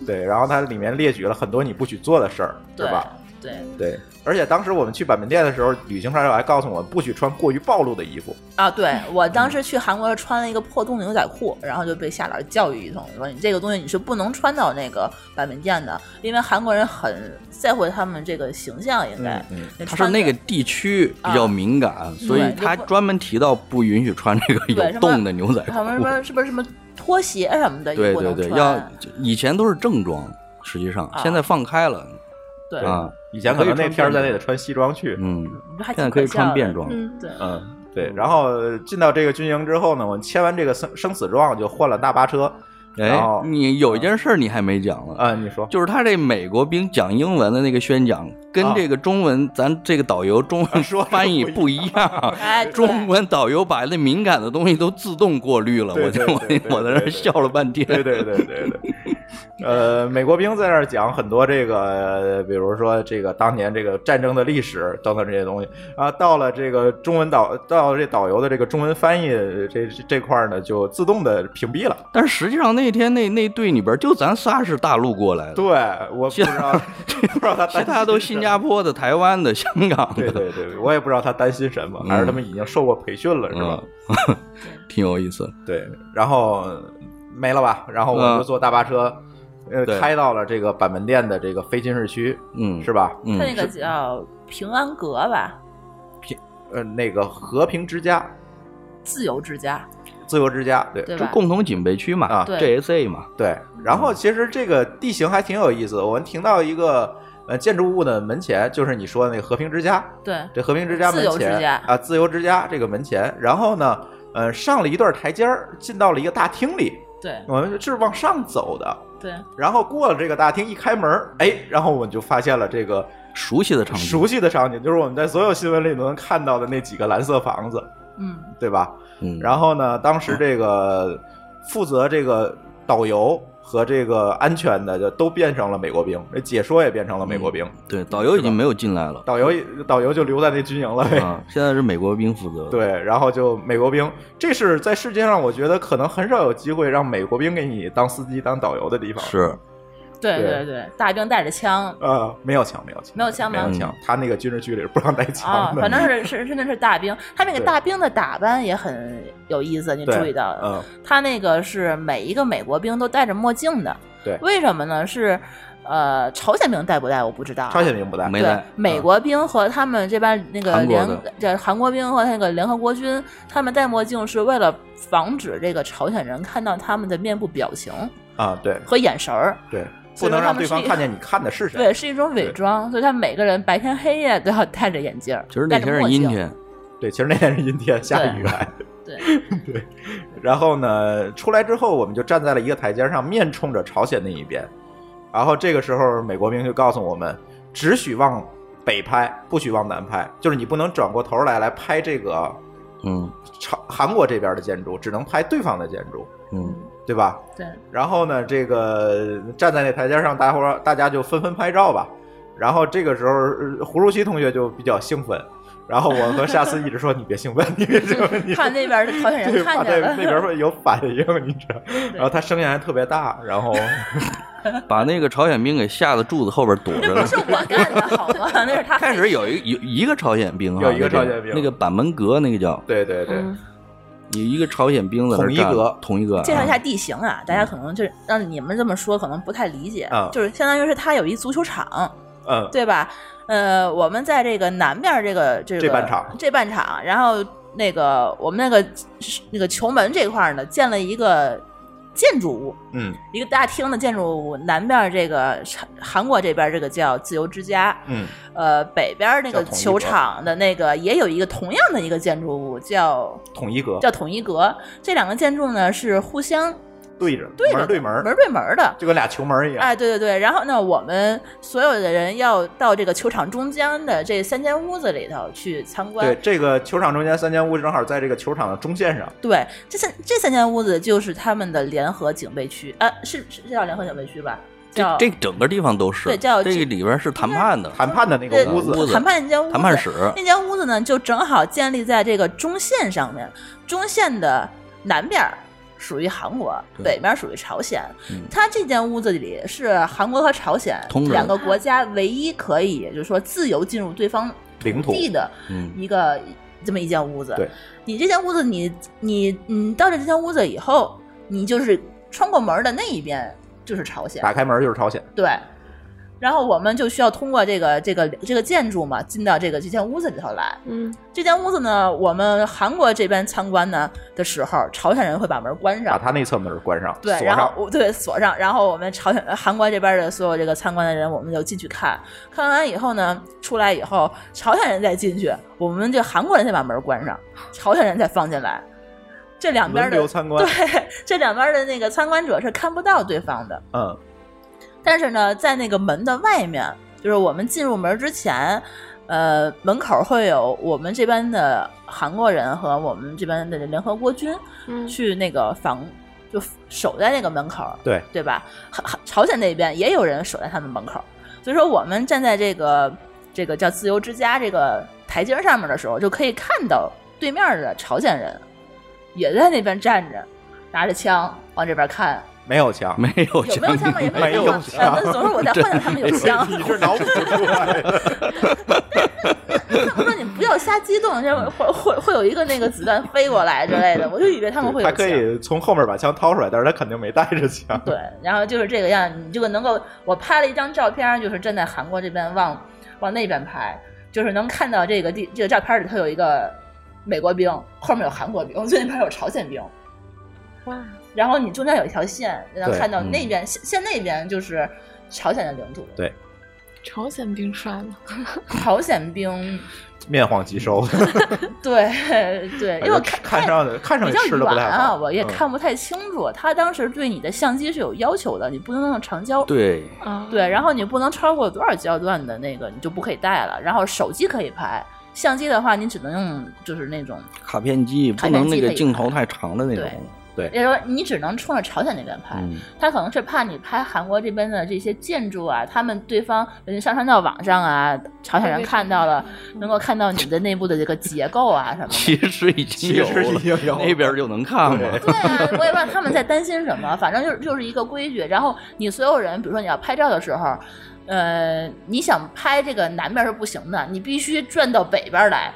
A: 对，然后它里面列举了很多你不许做的事儿，是
E: 对
A: 吧？？
E: 对
A: 对，而且当时我们去板门店的时候，旅行社还告诉我们不许穿过于暴露的衣服。
E: 啊，对
B: 嗯
E: 我当时去韩国穿了一个破洞的牛仔裤，然后就被夏老师教育一通，说你这个东西你是不能穿到那个板门店的，因为韩国人很在乎他们这个形象，应该。
A: 嗯，
E: 你
B: 他
E: 穿
B: 是那
E: 着
B: 个地区比较敏感，所以
E: 对
B: 他
E: 就不
B: 专门提到不允许穿这个
E: 对
B: 有洞的牛仔
E: 什么什
B: 裤。
E: 么是不是什么拖鞋什么的也
B: 对
E: 不
B: 对
E: 能
B: 对，
E: 穿，
B: 要以前都是正装，实际上
E: 啊
B: 现在放开了
E: 对，
B: 啊，
A: 以前可能那天儿在那得穿西装去。
B: 嗯，
E: 还
B: 现
E: 挺
B: 在可以穿便装，
D: 嗯，
E: 对，
A: 嗯，对。然后进到这个军营之后呢，我们签完这个生生死状就换了大巴车。然后
B: 哎，你有一件事儿你还没讲呢，
A: 啊，你说
B: 就是他这美国兵讲英文的那个宣讲，跟
A: 啊
B: 这个中文咱这个导游中 文
A: 说
B: 翻译
A: 不
B: 不一样。
E: 哎，对
B: 中文导游把那敏感的东西都自动过滤了，
A: 对
B: 我就
A: 对
B: 我
A: 对对
B: 我在那儿
A: 对对
B: 笑了半天。
A: 对对对对对。呃，美国兵在那儿讲很多这个，呃比如说这个当年这个战争的历史等等这些东西啊。到了这个中文导到这导游的这个中文翻译这这块儿呢，就自动的屏蔽了。
B: 但是实际上那天那那队里边就咱仨是大陆过来的，
A: 对，我不知 道，不知道他
B: 其他都新加坡的、台湾的、香港
A: 对
B: 的，
A: 对对，我也不知道他担心什么，还是他们已经受过培训了，是吧？
B: 嗯，挺有意思。
A: 对，然后没了吧？然后我就
B: 嗯
A: 坐大巴车，呃，
B: 对
A: 开到了这个板门店的这个非军事区，
B: 嗯，
A: 是吧？
B: 嗯
E: 它那个叫平安阁吧，
A: 呃，那个和平之家、
E: 自由之家，
A: 自由之家，对
E: 对
B: 就
E: 吧？
B: 共同警备区嘛，
A: 啊
E: 对
B: GSA 嘛，
A: 对。然后其实这个地形还挺有意思的，我们停到一个呃建筑物的门前，就是你说的那个和平之家，
E: 对，
A: 这和平之家门前
E: 自由之家
A: 啊，自由之家这个门前，然后呢，呃，上了一段台阶儿，进到了一个大厅里，
E: 对，
A: 我们是往上走的。
E: 对，
A: 然后过了这个大厅，一开门儿，哎，然后我们就发现了这个
B: 熟悉的场景，
A: 熟悉的场景，就是我们在所有新闻里都能看到的那几个蓝色房子，
E: 嗯，
A: 对吧？
B: 嗯，
A: 然后呢，当时这个负责这个导游和这个安全的就都变成了美国兵，这解说也变成了美
B: 嗯
A: 国兵，
B: 对导游已经没有进来了，
A: 导游导游就留在那军营了呗。
B: 啊，现在是美国兵负责，，
A: 对，然后就美国兵，这是在世界上我觉得可能很少有机会让美国兵给你当司机、当导游的地方。
B: 是
E: 对
A: 对
E: 对对，大兵带着枪
A: 呃，没有枪，没有枪，
E: 没有枪
A: 没
E: 吗
A: 有枪，
B: 嗯
A: 他那个军事区里是不让带
E: 啊，
A: 枪的。
E: 反正是是真的是大兵，他那个
A: 对
E: 大兵的打扮也很有意思，你
A: 对
E: 注意到了？
A: 嗯，
E: 他那个是每一个美国兵都戴着墨镜的，
A: 对，
E: 为什么呢？是呃，朝鲜兵戴不戴我不知道啊。
A: 朝鲜兵不带，
B: 没
E: 对
B: 来，
E: 美国兵和他们这边那个
B: 韩国
E: 联
B: 的
E: 这韩国兵和那个联合国军，他们戴墨镜是为了防止这个朝鲜人看到他们的面部表情
A: 啊，对
E: 和眼神儿。
A: 对，不
E: 所以说
A: 能
E: 他
A: 让
E: 们
A: 对
E: 是
A: 方
E: 一
A: 看见你看的是谁。
E: 对，是一种伪装，所以他们每个人白天黑夜都要戴着眼镜儿，
B: 其实那
E: 戴着
B: 天是
E: 墨
B: 阴
E: 镜
B: 天，
A: 对，其实那天是阴天，下雨还。
E: 对
A: 对，然后呢，出来之后，我们就站在了一个台阶上，面冲着朝鲜那一边。然后这个时候，美国兵就告诉我们，只许往北拍，不许往南拍，就是你不能转过头来来拍这个
B: 嗯
A: 朝韩国这边的建筑，只能拍对方的建筑，
B: 嗯，
A: 对吧？
E: 对，
A: 然后呢，这个站在那台阶上，大伙儿大家就纷纷拍照吧。然后这个时候，呃胡如熙同学就比较兴奋。然后我和夏思一直说：“你别兴奋， 你别兴奋， 你别
E: 怕那边的朝鲜
A: 对
E: 人
A: 怕
E: 看
A: 在
E: 见
A: 那
E: 了。
A: 边会有反应，你知 道？然后他声音还特别大，然后
B: 把那个朝鲜兵给吓得柱子后边躲着
E: 不
B: 了
E: 是。我干的好吗？那是他
B: 开始有一有一个朝鲜兵哈，
A: 有
B: 啊
A: 一个
B: 那
A: 朝鲜兵
B: 那个板门阁那个叫
A: 对对对，
D: 嗯
E: 嗯
B: 有一个朝鲜兵在那儿
A: 统一
B: 站
A: 阁
B: 统一阁啊，
E: 介绍一下地形啊，大家可能就是让你们这么说可能不太理解，
A: 嗯
E: 就是相当于是它有一足球场，
A: 嗯，
E: 对吧？呃，我们在这个南面这个这个
A: 这半场
E: 这半场，然后那个我们那个那个球门这块儿呢，建了一个建筑物，
A: 嗯
E: 一个大厅的建筑物。南边这个韩韩国这边这个叫自由之家，
A: 嗯，
E: 呃，北边那
A: 叫
E: 个
A: 统一
E: 球
A: 阁
E: 场的那个也有一个同样的一个建筑物叫
A: 统一阁
E: 叫统一阁。这两个建筑呢是互相
A: 对着
E: 对着
A: 门
E: 的
A: 对门
E: 门对门的，
A: 就跟俩球门一样。
E: 哎，对对对，然后呢，我们所有的人要到这个球场中间的这三间屋子里头去参观。
A: 对，这个球场中间三间屋正好在这个球场的中线上，
E: 对这三这三间屋子就是他们的联合警备区，呃，是是是叫联合警备区吧？叫
B: 这整个地方都是，
E: 对叫
B: 这个里边是谈判的，
A: 谈判的那
E: 对
A: 个屋子，
B: 屋子
E: 谈判那间屋子，
B: 谈判室
E: 那间屋子呢，就正好建立在这个中线上面，中线的南边儿属于韩国，
B: 对
E: 北边儿属于朝鲜。
B: 嗯
E: 它这间屋子里是韩国和朝鲜
B: 同人
E: 两个国家唯一可以，就是说自由进入对方
A: 领土
E: 地的
B: 嗯
E: 一个这么一间屋子。
A: 对，
E: 你这间屋子你，你你到了这间屋子以后，你就是穿过门儿的那一边就是朝鲜，
A: 打开门就是朝鲜。
E: 对。然后我们就需要通过这个这个这个建筑嘛，进到这个这间屋子里头来。
D: 嗯，
E: 这间屋子呢，我们韩国这边参观呢的时候，朝鲜人会把门关
A: 把
E: 上，
A: 他那侧门关上，
E: 啊对，
A: 锁
E: 然后
A: 上。
E: 我对锁上，然后我们朝鲜韩国这边的所有这个参观的人，我们就进去看，看完以后呢，出来以后，朝鲜人再进去，我们这韩国人再把门关上，朝鲜人再放进来，这两边
A: 轮
E: 的
A: 流参观
E: 对，这两边的那个参观者是看不到对方的，
A: 嗯，
E: 但是呢，在那个门的外面，就是我们进入门之前，呃，门口会有我们这边的韩国人和我们这边的联合国军
D: 嗯
E: 去那个防就守在那个门口，
A: 对
E: 对吧？哈哈朝鲜那边也有人守在他们门口，所以说我们站在这个这个叫自由之家这个台阶上面的时候，就可以看到对面的朝鲜人也在那边站着，拿着枪往这边看。
A: 没有枪，
B: 没有
E: 有没有枪吗？也没有枪吗。呃那总之我在幻想他们有 枪。他们说你不要瞎激动，这会会会有一个那个子弹飞过来之类的，我就以为 他们会有
A: 他
E: 枪。
A: 可以从后面把枪掏出来，但是他肯定没带着枪。
E: 对，然后就是这个样，你这个能够，我拍了一张照片，就是站在韩国这边往往那边拍，就是能看到这个地这个照片里头有一个美国兵，后面有韩国兵，最那边有朝鲜兵，
D: 哇！
E: 然后你中间有一条线，就能
A: 对
E: 看到
A: 嗯
E: 那边现现那边就是朝鲜的领土，
A: 对，
D: 朝鲜兵帅吗？
E: 朝鲜兵，
A: 面黄肌瘦，
E: 对 对，因为我看
A: 看上看上
E: 比
A: 去
E: 较
A: 吃
E: 远
A: 的不太
E: 啊，
A: 好，
E: 我也
A: 嗯
E: 看不太清楚。他当时对你的相机是有要求的，你不能用长焦。
B: 对
E: 啊
D: 嗯
E: 对，然后你不能超过多少焦段的那个，你就不可以带了。然后手机可以拍，相机的话你只能用就是那种，
B: 卡片机不能那个镜头太长的那种
E: 卡片。
A: 对，
E: 也就是说你只能冲着朝鲜那边拍。
B: 嗯，
E: 他可能是怕你拍韩国这边的这些建筑啊，他们对方人家上传到网上啊，朝鲜人看到了，能够看到你的内部的这个结构啊什么的。
B: 其实已经有
A: 其实已
B: 了，
A: 经有了
B: 那边就能看了。
E: 对啊，我也不知道他们在担心什么，反正就是就是一个规矩。然后你所有人，比如说你要拍照的时候，呃，你想拍这个南边是不行的，你必须转到北边来，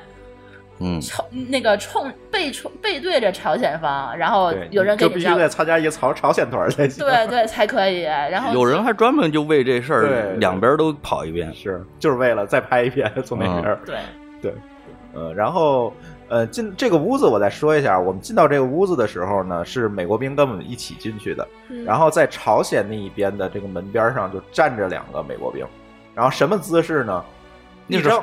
B: 嗯，
E: 朝那个冲背冲背对着朝鲜方，然后
A: 对，
E: 有人给
A: 就
E: 你
A: 必须
E: 照，
A: 得参加一个朝朝鲜团才行。
E: 对对才可以。然后
B: 有人还专门就为这事儿
A: 对
B: 两边都跑一遍。
A: 是，就是为了再拍一遍从那边儿。
E: 嗯对，
A: 对，呃，然后呃，进这个屋子，我再说一下，我们进到这个屋子的时候呢，是美国兵跟我们一起进去的，
D: 嗯
A: 然后在朝鲜那一边的这个门边上就站着两个美国兵，然后什么姿势呢？
B: 那
A: 一
B: 是
A: 张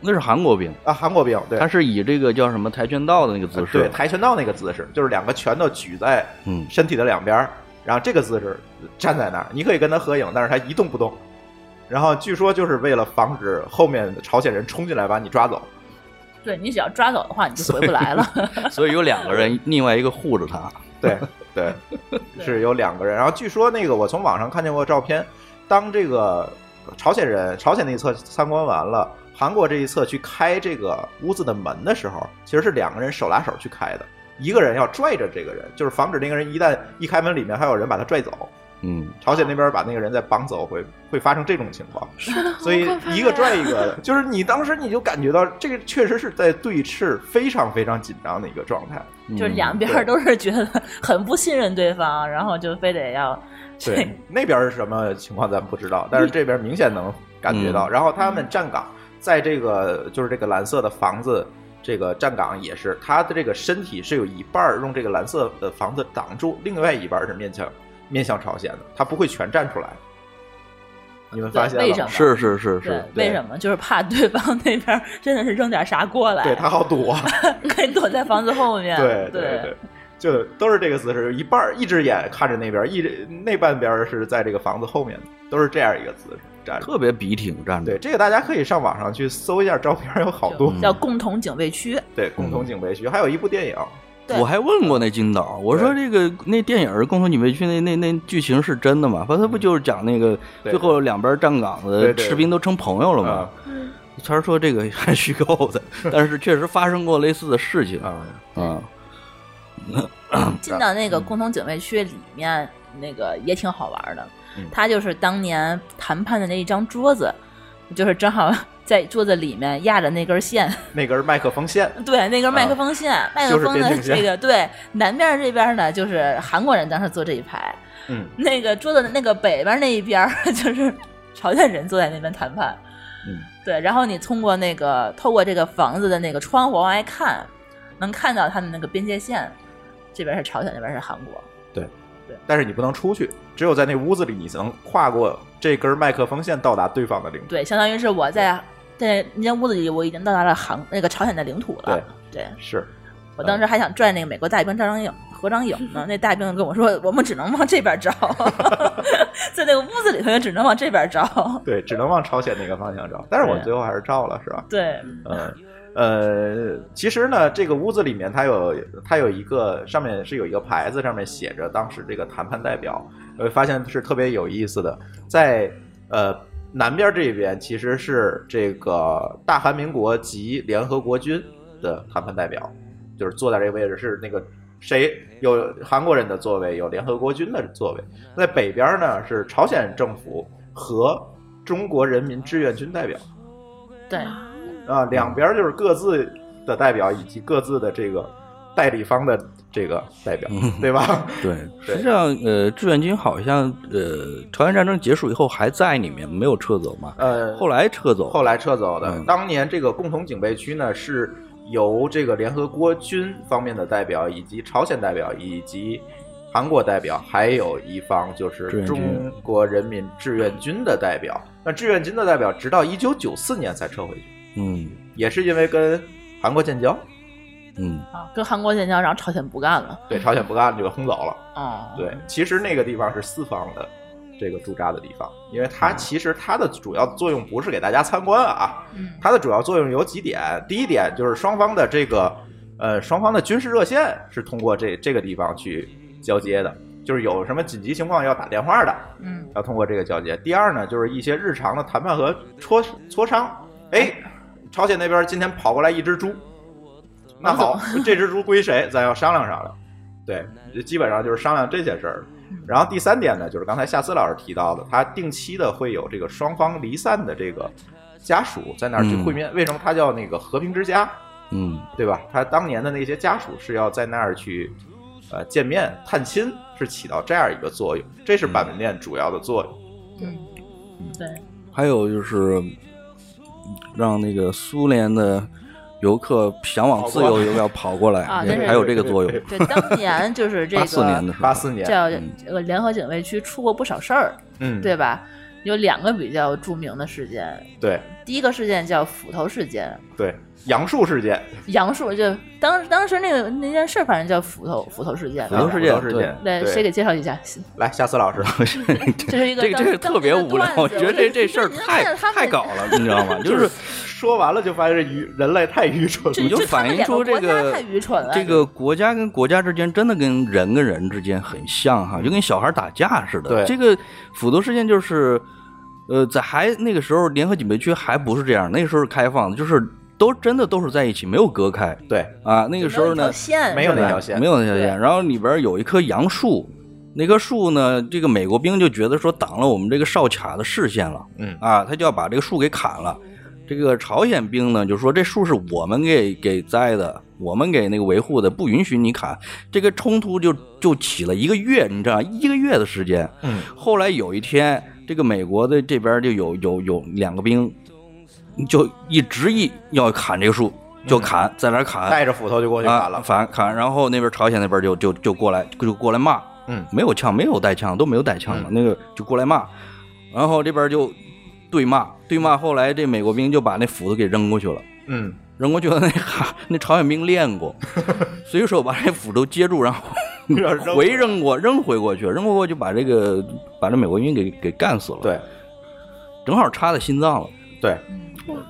B: 那是韩国兵，
A: 啊，韩国兵，对，
B: 他是以这个叫什么跆拳道的那个姿势。
A: 对跆拳道那个姿势，就是两个拳头举在
B: 嗯
A: 身体的两边儿，然后这个姿势站在那儿，你可以跟他合影，但是他一动不动。然后据说就是为了防止后面的朝鲜人冲进来把你抓走，
E: 对你只要抓走的话，你就回不来了。
B: 所以有两个人，另外一个护着他。
A: 对对，是有两个人。然后据说那个我从网上看见过照片，当这个朝鲜人朝鲜那一侧参观完了，韩国这一侧去开这个屋子的门的时候，其实是两个人手拉手去开的，一个人要拽着这个人，就是防止那个人一旦一开门，里面还有人把他拽走。
B: 嗯，
A: 朝鲜那边把那个人再绑走会，会发生这种情况，所以一个拽一个的，就是你当时你就感觉到这个确实是在对峙，非常非常紧张的一个状态。
E: 就是两
A: 嗯
E: 边
A: 对
E: 儿都是觉得很不信任对方，然后就非得要
A: 对，那边是什么情况咱们不知道，但是这边明显能感觉到。
B: 嗯
A: 然后他们站岗，在这个就是这个蓝色的房子，这个站岗也是，他的这个身体是有一半儿用这个蓝色的房子挡住，另外一半儿是面向面向朝鲜的，他不会全站出来。你们发现
E: 对为什
A: 了
E: 么
A: 吗？
B: 是是是
E: 对
B: 是，，
E: 为
A: 对
E: 什么？就是怕对方那边儿真的是扔点啥过来，
A: 对他好躲，
E: 可以躲在房子后面。
A: 对
E: 对
A: 对，就都是这个姿势，一半儿一只眼看着那边儿，一只那半边儿是在这个房子后面的，都是这样一个姿势站着。
B: 特别笔挺站着
A: 对，。这个大家可以上网上去搜一下照片，有好多。
B: 嗯
E: 叫共同警卫区。
A: 对，共同警备区，还有一部电影，
E: 对
B: 我还问过那金导，我说这个那电影《共同警卫区》那那那剧情是真的吗？他他不就是讲那个
A: 嗯对
B: 最后两边站岗
A: 对
B: 的
A: 对
B: 士兵都成朋友了吗
A: 啊？
B: 他是说这个还虚构的，但是确实发生过类似的事情
A: 啊，
B: 啊。
E: 进到那个共同警卫区里面，那个也挺好玩的
A: 嗯。
E: 他就是当年谈判的那一张桌子，就是正好 在桌子里面压着那根线，
A: 那根麦克风线，
E: 对，那根麦克风线，麦克
A: 啊就
E: 风
A: 是
E: 的
A: 边境线
E: 这个对南边这边呢，就是韩国人当时坐这一排，
A: 嗯，
E: 那个桌子的那个北边那一边儿 就是朝鲜人坐在那边谈判，
A: 嗯，
E: 对，然后你通过那个透过这个房子的那个窗户往外看，能看到他们那个边界线，这边是朝鲜，那边是韩国，
A: 但是你不能出去，只有在那屋子里，你才能跨过这根麦克风线到达对方的领土。
E: 对，相当于是我在在那间屋子里，我已经到达了韩那个朝鲜的领土了，对
A: 是，
E: 我当时还想拽那个美国大兵照张影合张影呢，那大兵跟我说，我们只能往这边照， 在那个屋子里头也只能往这边照，
A: 对，只能往朝鲜那个方向照。但是我
E: 对
A: 最后还是照了，是吧？
E: 对，
A: 嗯，呃，其实呢，这个屋子里面它有它有一个上面是有一个牌子，上面写着当时这个谈判代表，呃，发现是特别有意思的，在呃南边这边其实是这个大韩民国及联合国军的谈判代表，就是坐在这个位置是那个谁有韩国人的座位，有联合国军的座位，在北边呢是朝鲜政府和中国人民志愿军代表。
E: 对，
A: 啊，
B: 嗯
A: 两边就是各自的代表以及各自的这个代理方的这个代表，
B: 嗯
A: 对 吧？
B: 对，实际上，呃，志愿军好像，呃，朝鲜战争结束以后还在里面，没有撤走嘛。
A: 呃，
B: 后嗯来撤走，
A: 后来撤走的。当年这个共同警备区呢，是由这个联合国军方面的代表，以及朝鲜代表，以及韩国代表，还有一方就是
B: 志愿军
A: 中国人民志愿军的代表。那志愿军的代表直到一九九四年才撤回去，
B: 嗯
A: 也是因为跟韩国建交，
B: 嗯，
E: 啊，跟韩国建交，然后朝鲜不干了。
A: 对朝鲜不干就给轰走了。
E: 哦，
A: 对，其实那个地方是四方的这个驻扎的地方，因为它其实它的主要作用不是给大家参观啊，
E: 嗯
A: 它的主要作用有几点。第一点就是双方的这个呃双方的军事热线是通过这这个地方去交接的，就是有什么紧急情况要打电话的，
E: 嗯，
A: 要通过这个交接。第二呢，就是一些日常的谈判和磋磋商。哎，朝鲜那边今天跑过来一只猪，那好，这只猪归谁？咱要商量商量。对，就基本上就是商量这些事儿。然后第三点呢，就是刚才夏思老师提到的，他定期的会有这个双方离散的这个家属在那儿去会面。为什么他叫那个和平之家？
B: 嗯，
A: 对吧？他当年的那些家属是要在那儿去，呃，见面探亲，是起到这样一个作用，这是板门店主要的作用。
E: 对，
B: 还有就是让那个苏联的游客想往自由游要跑过来，
E: 啊
B: 也
E: 对
B: 还有这个作用。
E: 对，当年嗯就是这个
B: 84年的时候84年嗯
E: 叫这个联合警卫区出过不少事儿，
A: 嗯
E: 对吧？有两个比较著名的事件，
A: 对
E: 第一个事件叫斧头事件，
A: 对，杨树事件，
E: 杨树就当当时那个那件事，反正叫斧头斧头事件吧，
A: 斧头事件对
E: 对，
A: 对
E: 谁给介绍 一下？
A: 来，夏思老师，
E: 这是一个
B: 这个这个
E: 当
B: 特别无聊
E: 当，时
B: 我
E: 的段子
B: 觉得这这事儿 太太搞了，你知道 吗？就是
A: 说完了就发现这愚人类太愚蠢了，
B: 你就反映出这
E: 这他们两个
B: 个
E: 国家太愚蠢了
B: 这个国家跟国家之间真的跟人跟人之间很像哈，就跟小孩打架似的。
A: 对
B: 这个斧头事件就是，呃，在还那个时候联合警备区还不是这样，那个时候是开放的，就是都真的都是在一起，没有隔开。
A: 对
B: 啊，那个时候呢，
A: 没有那条线
B: 哎没有那条线。然后里边有一棵杨树，那棵树呢，这个美国兵就觉得说挡了我们这个哨卡的视线了，
A: 嗯
B: 啊，他就要把这个树给砍了。这个朝鲜兵呢，就说这树是我们给给栽的，我们给那个维护的，不允许你砍。这个冲突就就起了一个月，你知道吗，一个月的时间。
A: 嗯，
B: 后来有一天，这个美国的这边就有有有两个兵，就一执意要砍这个树，
A: 嗯
B: 就砍，在那儿砍，
A: 带着斧头就过去砍了
B: 啊、反砍，然后那边朝鲜那边就就就过来就过来骂，
A: 嗯，
B: 没有枪，没有带枪，都没有带枪的，那个就过来骂，然后这边就对骂，对骂，后来这美国兵就把那斧子给扔过去了。
A: 嗯，
B: 扔过去了，那哈那朝鲜兵练 过，随手把这斧头接住，然后回扔过，扔回过去，扔回过去把这个把这美国兵给给干死了。
A: 对，
B: 正好插在心脏了。
A: 对，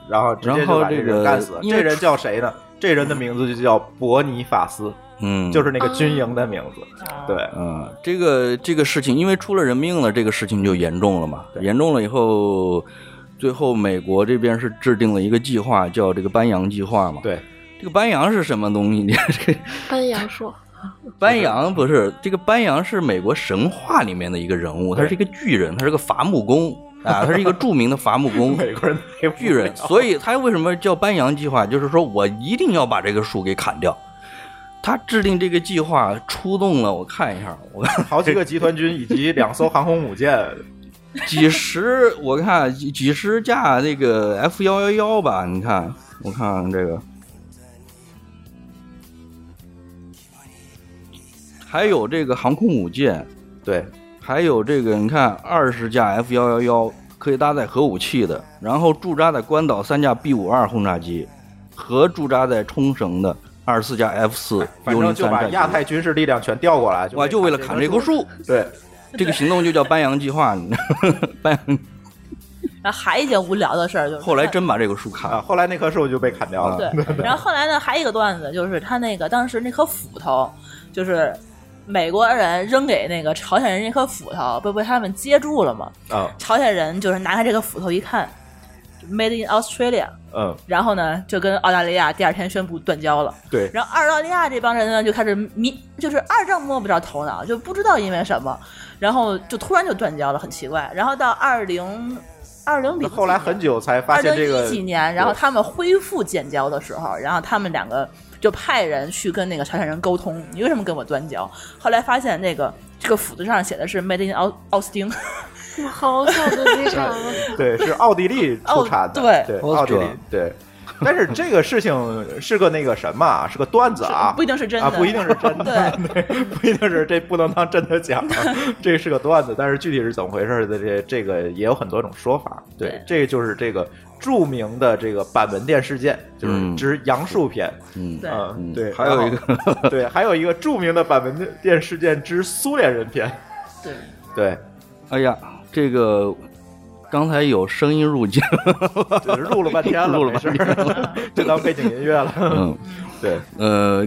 A: 然后直接
B: 然
A: 就
B: 后
A: 把这
B: 这
A: 人
B: 个
A: 干死了。
B: 因
A: 这
B: 为
A: 人叫谁呢？这人的名字就叫伯尼法斯，
B: 嗯，
A: 就是那个军营的名字。
E: 啊
A: 对，
B: 嗯，这个这个事情，因为出了人命了，这个事情就严重了嘛。严重了以后，最后美国这边是制定了一个计划，叫这个班扬计划嘛。
A: 对，
B: 这个班扬是什么东西？ 你 这个
D: 安阳说，
B: 班扬不是这个班扬是美国神话里面的一个人物，他是一个巨人，他是个伐 木工啊，他是一个著名的伐木工，
A: 美国人
B: 巨人，所以他为什么叫班扬计划？就是说我一定要把这个树给砍掉。他制定这个计划，出动了，我看一下，我看
A: 好几个集团军以及两艘航空母舰，
B: 几十，我看几几十架那个 F 幺幺幺吧，你看，我看这个，还有这个航空母舰，
A: 对，
B: 还有这个你看二十架 F 幺幺幺可以搭载核武器的，然后驻扎在关岛三架 B 五二轰炸机和驻扎在冲绳的二十四架 F 四
A: 哎反
B: 幽
A: 正
B: 灵
A: 就
B: 三战
A: 把
B: 机
A: 亚太军事力量全调过来，
B: 哇，就为 了砍这棵树，
A: 对，
B: 这个行动就叫班扬计划，你知道吗班扬。
E: 然后还一件无聊的事儿，就是
B: 后来真把这个树砍了，
A: 后来那棵树就被砍掉了。
E: 对，然后后来呢，还有一个段子，就是他那个当时那颗斧头，就是美国人扔给那个朝鲜人那颗斧头，不被他们接住了嘛。
A: 啊，
E: 朝鲜人就是拿开这个斧头一看，Made in Australia，
A: 嗯，
E: 然后呢就跟澳大利亚第二天宣布断交了。
A: 对，
E: 然后澳大利亚这帮人呢就开始迷，就是二战摸不着头脑，就不知道因为什么，然后就突然就断交了，很奇怪。然后到二零二零零
A: 后来很久才发
E: 二
A: 现这
E: 零
A: 个
E: 一几年，然后他们恢复建交的时候，然后他们两个就派人去跟那个朝鲜人沟通，你为什么跟我断交？后来发现那个这个斧子上写的是 Made in 奥奥斯汀，
D: 好小的机场啊！
A: 对，是奥地利出产的，
E: 哦
A: 对，
E: 对
A: 奥地利，对。但是这个事情是个那个什么啊，是个段子啊，
E: 不一定 是真的
A: 啊，不一定是真的，对， 不一定是这不能当真的讲，啊这是个段子，但是具体是怎么回事的，这这个也有很多种说法，对
B: 对，
A: 这个就是这个著名的这个板门店事件，就是
B: 嗯
A: 之杨树篇，
B: 嗯
E: 对
A: 嗯，对，
B: 还有一个
A: 然后，对，还有一个著名的板门店事件之苏联人篇，
E: 对，
A: 对，
B: 哎呀，这个刚才有声音入境，
A: 对录了半天了，
B: 录了
A: 没事
B: 半 天
A: 儿，这当背景音乐了，
B: 嗯，
A: 对，
B: 呃，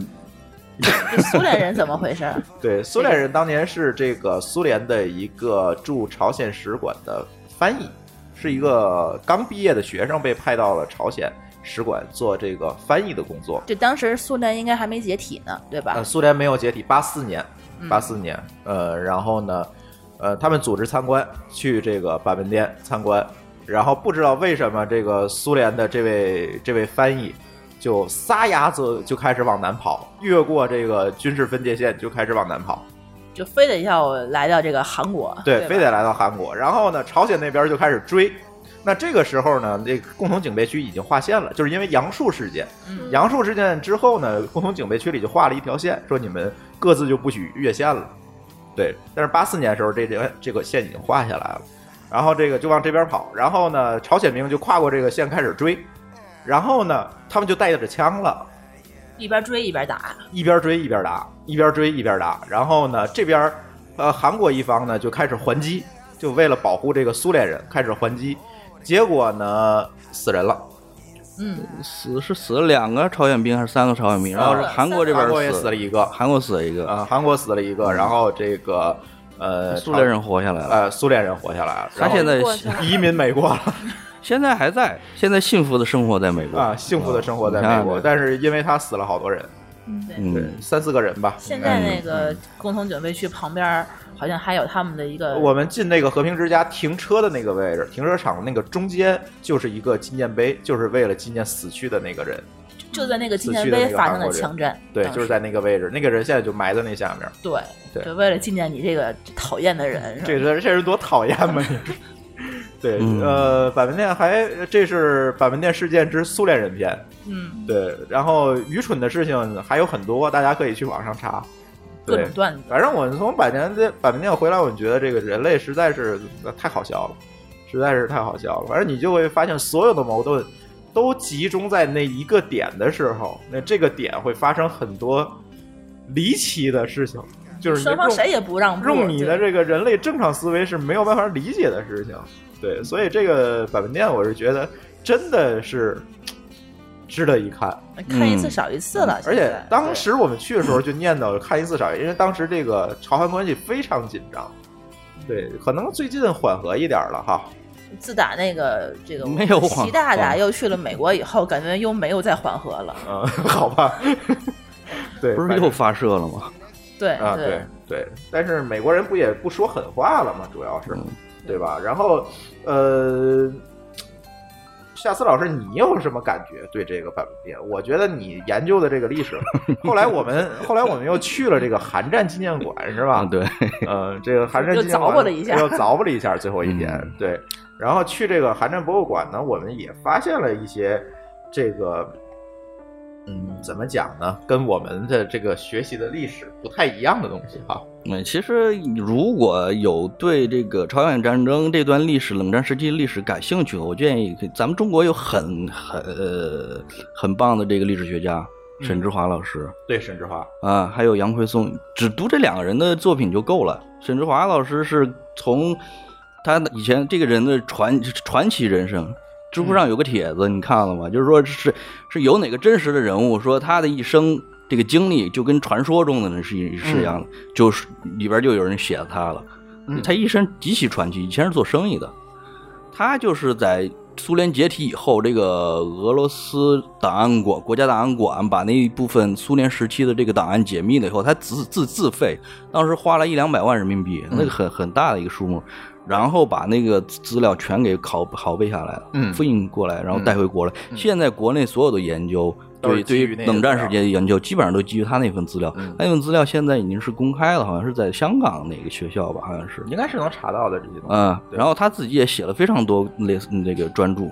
E: 苏联人怎么回事？
A: 对，苏联人当年是这个苏联的一个驻朝鲜使馆的翻译，是一个刚毕业的学生被派到了朝鲜使馆做这个翻译的工作。
E: 就当时苏联应该还没解体呢，对吧？
A: 呃，苏联没有解体，八四年，
E: 嗯
A: 八四年，呃，然后呢，呃，他们组织参观，去这个板门店参观，然后不知道为什么这个苏联的这位这位翻译就撒丫子就开始往南跑，越过这个军事分界线就开始往南跑，
E: 就非得要来到这个韩国，
A: 对，
E: 吧
A: 非得来到韩国。然后呢，朝鲜那边就开始追。那这个时候呢，这个共同警备区已经划线了，就是因为杨树事件。
E: 嗯
A: 杨树事件之后呢，共同警备区里就划了一条线，说你们各自就不许越线了。对，但是八四年的时候，这条这个线已经划下来了，然后这个就往这边跑，然后呢，朝鲜兵就跨过这个线开始追，然后呢，他们就带着枪了，
E: 一边追一边打，
A: 一边追一边打，一边追一边打。然后呢，这边儿呃韩国一方呢就开始还击，就为了保护这个苏联人开始还击，结果呢死人了，
E: 嗯，
B: 死是死了两个朝鲜兵还是三个朝鲜兵？然后是韩国这边
A: 韩国也死
B: 死
A: 了一呃个，
B: 韩国死了一个，
A: 呃韩国死了一个，然后这个呃
B: 苏联人活下来了。
A: 呃苏联人活下来了，
B: 他现在
D: 过去了
A: 移民美国了
B: 现在还在，现在幸福的生活在美国
A: 啊，幸福的生活在美国，
B: 嗯
A: 但是因为他死了好多人，
B: 嗯，
A: 三四个人吧，
E: 现在那
A: 嗯
E: 个共同警备区旁边儿好像还有他们的一个
A: 我们进那个和平之家停车的那个位置，停车场那个中间就是一个纪念碑，就是为了纪念死去的那个人。
E: 就在那个纪
A: 死
E: 念
A: 去的那
E: 碑
A: 个
E: 发
A: 韩
E: 生
A: 国
E: 了
A: 人
E: 枪战，
A: 对，
E: 当
A: 就是
E: 时
A: 在那个位置，那个人现在就埋在那下面。
E: 对，
A: 对嗯
E: 就为了纪念你这个讨厌的人，是吧
A: 这人这人多讨厌嘛！你 说对，
B: 嗯
A: 呃，板门店还这是板门店事件之苏联人篇，
E: 嗯，
A: 对，然后愚蠢的事情还有很多，大家可以去网上查。
E: 各
A: 对
E: 种，段子，
A: 反正我从百年这百年回来，我觉得这个人类实在是呃太好笑了，实在是太好笑了。反正你就会发现，所有的矛盾都集中在那一个点的时候，那这个点会发生很多离奇的事情，就是
E: 双方
A: 用
E: 谁也不让步，
A: 用你的
E: 对
A: 这个人类正常思维是没有办法理解的事情。对，所以这个百门店，我是觉得真的是值得一看。
E: 看一次少一次了，
A: 嗯而
E: 现
A: 且
E: 在
A: 当时我们去的时候就念叨看一次少一，因为当时这个朝韩关系非常紧张。
B: 嗯
A: 对，可能最近缓和一点了哈。
E: 对自打那个这个
B: 没有缓
E: 习大大
B: 和
E: 又去了美国以后，感觉又没有再缓和了，
A: 嗯， 好吧。对，
B: 不是
A: 反
B: 又
A: 正
B: 发射了吗？
E: 对
A: 啊，对对，但是美国人不也不说狠话了吗？主要
B: 嗯
A: 是，对吧？然后，呃，夏思老师，你有什么感觉对这个板门店？我觉得你研究的这个历史，后来我们后来我们又去了这个韩战纪念馆，是吧？
B: 啊，对，
A: 呃，这个韩战
E: 又
A: 纪念
E: 凿
A: 馆
E: 吧了一下
A: 又凿吧了一下，最后一天、
B: 嗯
A: 对。然后去这个韩战博物馆呢，我们也发现了一些这个，嗯，怎么讲呢？跟我们的这个学习的历史不太一样的东西哈。
B: 嗯，其实如果有对这个朝鲜战争这段历史、冷战时期历史感兴趣的，我建议咱们中国有很很呃很棒的这个历史学家沈志华老师
A: 对，沈志华，
B: 啊，还有杨奎松，只读这两个人的作品就够了。沈志华老师是从他以前这个人的传传奇人生，知乎上有个帖子，你看了吗？就是说是是有哪个真实的人物说他的一生这个经历就跟传说中的人是一是一样的，就是里边就有人写他了。他一生极其传奇，以前是做生意的，他就是在苏联解体以后，这个俄罗斯档案馆、国家档案馆把那一部分苏联时期的这个档案解密了以后，他自自自费，当时花了一两百万人民币，
A: 嗯
B: 那个很很大的一个数目，然后把那个资料全给拷拷贝下来了，
A: 嗯
B: 复印过来，然后带回国来。现在国内所有的研究。
A: 都
B: 对，
A: 是
B: 对
A: 基于
B: 于
A: 那个嗯
B: 冷
A: 资料
B: 战时期的研究，基本上都基于他那份资料。那份资料现在已经是公开了，好像是在香港哪个学校吧，好像是。
A: 应该是能查到的这些东西。
B: 嗯，然后他自己也写了非常多类似那个专著，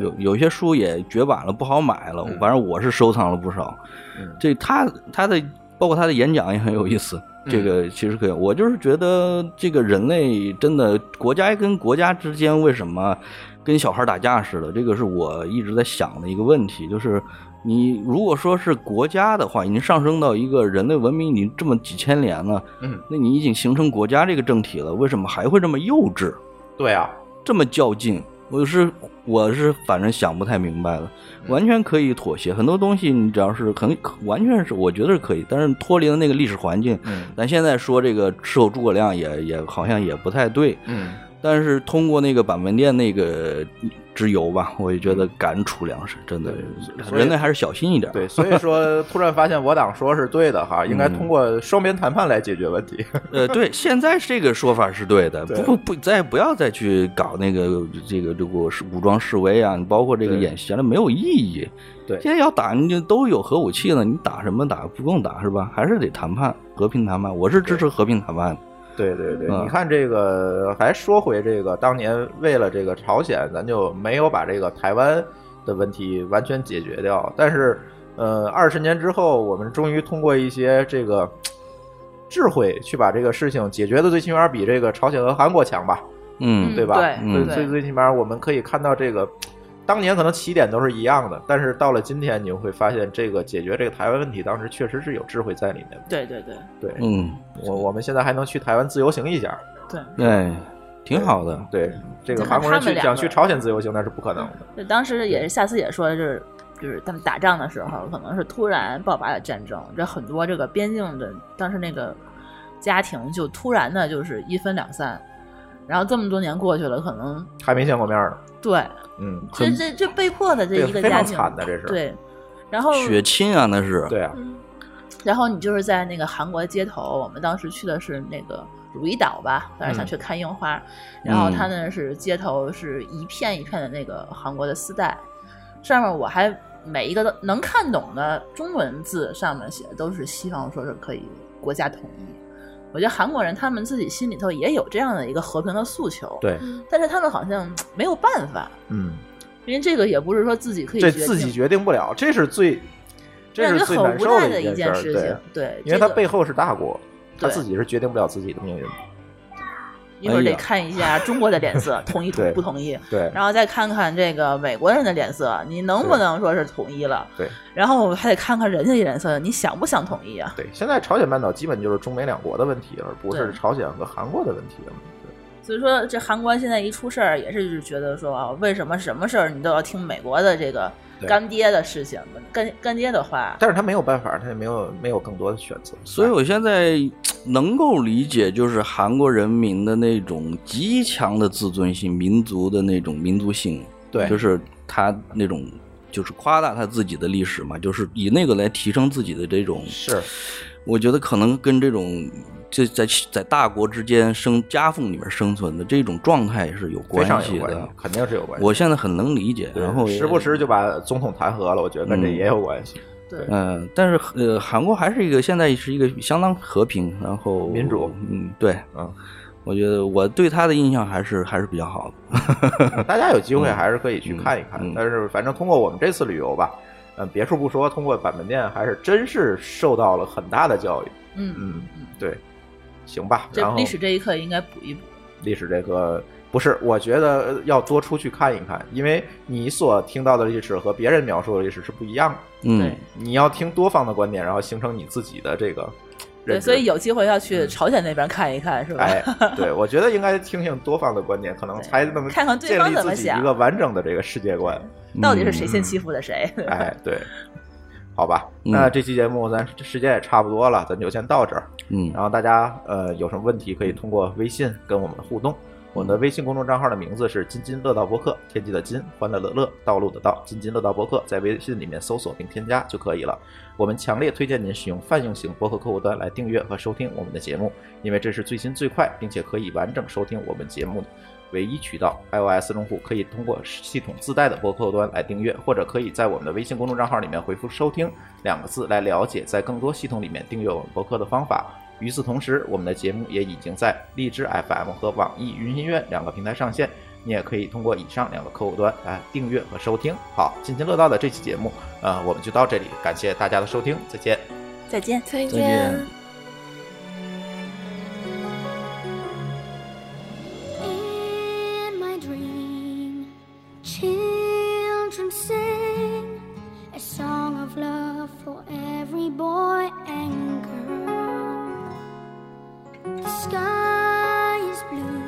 B: 有有些书也绝版了，不好买了。反正我是收藏了不少。
E: 嗯
B: 这他他的包括他的演讲也很有意思。这个其实可以，我就是觉得这个人类真的国家跟国家之间为什么跟小孩打架似的？这个是我一直在想的一个问题，就是你如果说是国家的话，已经上升到一个人类文明已经这么几千年了，
A: 嗯，
B: 那你已经形成国家这个政体了，为什么还会这么幼稚？
A: 对啊，
B: 这么较劲，我是我是反正想不太明白了。
A: 嗯
B: 完全可以妥协，很多东西你只要是很完全是我觉得是可以，但是脱离了那个历史环境，
A: 嗯
B: 咱现在说这个吃口诸葛亮也也好像也不太对，
A: 嗯，
B: 但是通过那个板门店那个嗯之游吧，我也觉得感触良深，真的，
A: 嗯所以
B: 人类还是小心一点。
A: 对，所以说突然发现我党说是对的
E: 嗯
A: 哈，应该通过双边谈判来解决问题。
B: 呃，对，现在这个说法是对的，不过不再不要再去搞那个这个这个是武装示威啊，你包括这个演习了，没有意义。
A: 对
B: 现在要打你就都有核武器了，你打什么打？不用打是吧？还是得谈判，和平谈判。我是支持和平谈判的。
A: 对对对，
B: 嗯
A: 你看这个，还说回这个，当年为了这个朝鲜，咱就没有把这个台湾的问题完全解决掉。但是，呃，二十年之后，我们终于通过一些这个智慧去把这个事情解决的，最起码比这个朝鲜和韩国强吧，
B: 嗯
A: 对吧？
B: 嗯
A: 最最最起码我们可以看到这个。当年可能起点都是一样的，但是到了今天，你会发现这个解决这个台湾问题，当时确实是有智慧在里面的。
E: 对对对
A: 对，
B: 嗯，
A: 我我们现在还能去台湾自由行一下，
E: 对。
B: 哎，挺好的。
A: 对，这个
E: 对
A: 韩国人
E: 他们
A: 去
E: 两
A: 想
E: 个
A: 去朝鲜自由行那是不可能的。
E: 就当时也是夏思也说，就是就是他们打仗的时候，可能是突然爆发了战争，这很多这个边境的当时那个家庭就突然的就是一分两散，然后这么多年过去了，可能
A: 还没见过面呢，
E: 对
A: 嗯，
E: 这这这被迫的这一个
A: 非
E: 家
A: 常
E: 庭，
A: 惨的这是。
E: 对，然后
B: 血亲啊，那是。
A: 对啊，
D: 嗯
E: 然后你就是在那个韩国街头，我们当时去的是那个汝矣岛吧，当
A: 嗯
E: 时想去看樱花，然后它呢是街头是一片一片的那个韩国的丝带，上面我还每一个都能看懂的中文字上面写的都是希望说是可以国家统一。我觉得韩国人他们自己心里头也有这样的一个和平的诉求，
A: 对，
D: 嗯
E: 但是他们好像没有办法，
A: 嗯，
E: 因为这个也不是说自己可以
A: 这
E: 决定
A: 自己决定不了，这是最，这
E: 让
A: 是
E: 人
A: 最
E: 很
A: 难
E: 无
A: 受
E: 奈的
A: 一
E: 一
A: 件
E: 件
A: 事
E: 事
A: 儿
E: 情对
A: 因为他
E: 这个
A: 背后是大国，他
E: 对
A: 自己是决定不了自己的命运。
E: 一会儿
A: 哎
E: 得
A: 呀
E: 看一下中国的脸色，同意
A: 对
E: 同不同意？
A: 对
E: 然后再看看这个美国人的脸色，你能不能说是统一了？
A: 对
E: 然后还得看看人家的脸色，你想不想统一啊？
A: 对，现在朝鲜半岛基本就是中美两国的问题，而不是
E: 对
A: 朝鲜和韩国的问题了。
E: 所以说，这韩国现在一出事儿，也是觉得说啊，为什么什么事儿你都要听美国的这个
A: 对
E: 干爹的事情，干干爹的话，
A: 但是他没有办法，他也没有没有更多的选择。
B: 所以我现在能够理解，就是韩国人民的那种极强的自尊心、民族的那种民族性，
A: 对
B: 就是他那种就是夸大他自己的历史嘛，就是以那个来提升自己的这种
A: 是，
B: 我觉得可能跟这种。这在在大国之间生夹缝里面生存的这种状态是有
A: 非
B: 关
A: 常
B: 系
A: 有关系
B: 的，，
A: 肯定是有关系。
B: 我现在很能理解，
A: 对
B: 然后呃也
A: 时不时就把总统弹劾了，我觉得跟这
B: 嗯
A: 也有关系。
B: 嗯，但是呃，韩国还是一个现在是一个相当和平，然后
A: 民主，
B: 嗯，对，
A: 嗯，
B: 我觉得我对他的印象还是还是比较好的。
A: 大家有机会还是可以去看一看。但是反正通过我们这次旅游吧，嗯，别处不说，通过板门店还是真是受到了很大的教育。
E: 嗯，
A: 嗯，对，行吧。
E: 这
A: 然后
E: 历史这一课应该补一补。
A: 历史这个不是，我觉得要多出去看一看，因为你所听到的历史和别人描述的历史是不一样的。
B: 嗯，
A: 你要听多方的观点，然后形成你自己的这个
E: 对，
A: 认知
E: 所以有机会要去朝鲜那边看一看，是吧？
A: 哎，对，我觉得应该听听多方的观点，可能才能
E: 看看对方
A: 建立
E: 怎么
A: 自己
E: 想
A: 一个完整的这个世界观。
E: 到底是谁先欺负的谁？对吧
A: 嗯 哎，对，好吧，那这期节目咱时间也差不多了，咱就先到这儿。
B: 嗯，
A: 然后大家呃有什么问题可以通过微信跟我们互动。我们的微信公众账号的名字是“津津乐道播客”，天际的津，欢乐的乐，道路的道，津津乐道播客，在微信里面搜索并添加就可以了。我们强烈推荐您使用泛用型播客客户端来订阅和收听我们的节目，因为这是最新最快，并且可以完整收听我们节目的唯一渠道。iOS 用户可以通过系统自带的播客端来订阅，或者可以在我们的微信公众账号里面回复“收听”两个字来了解在更多系统里面订阅我们播客的方法。与此同时，我们的节目也已经在荔枝 FM 和网易云音乐两个平台上线，你也可以通过以上两个客户端来订阅和收听。好，津津乐道的这期节目，呃，我们就到这里，感谢大家的收听，再见。
E: 再见，
D: 再
A: 再见。
H: In my dream, children sing a song of love for every boy and girl. The sky is blue,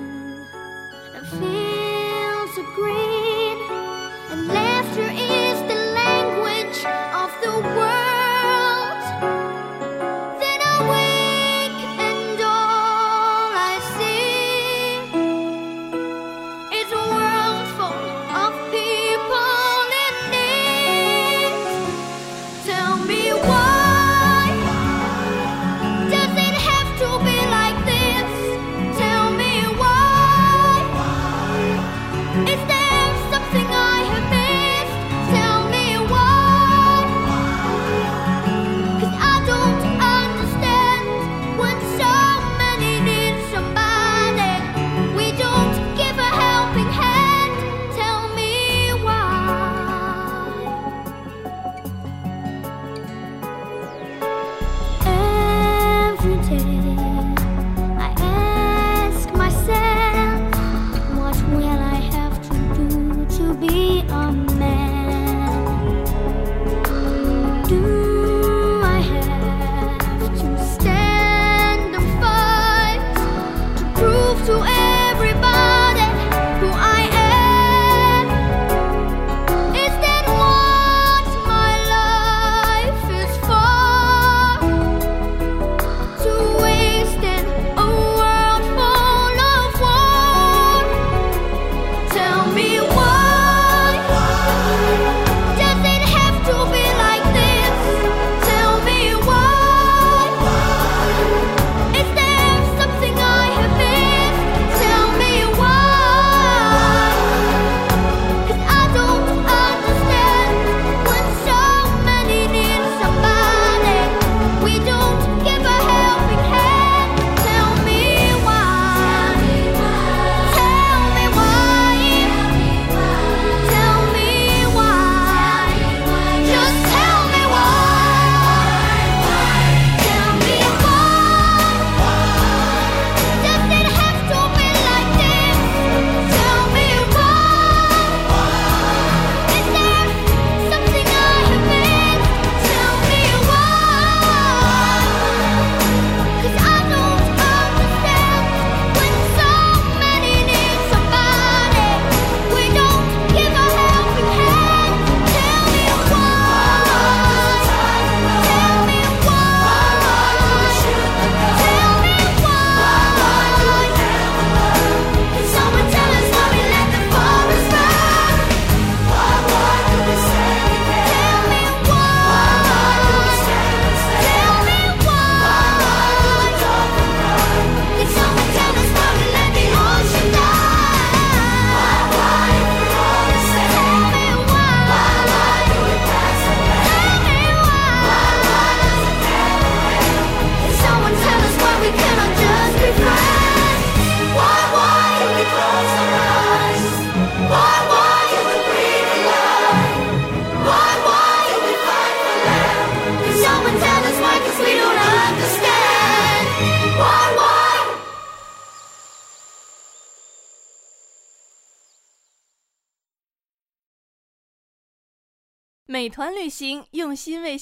H: the fields are green, and laughter is the language of the world. Then I wake and all I see is a world full of people in need. Tell me why does it have to be like this? Tell me why is there something I have missed? Tell me why. Cause I don't understand when somebody needs somebody. We don't give a helping hand. Tell me why. Every day I ask myself, what will I have to do to be a man? Do I have to stand and fight to prove to everybody who I am? Is that what my life is for? To waste in a world full of war? Tell me why? Does it have to be like this? Tell me why. Is there something I have missed?
G: 美团旅行用心为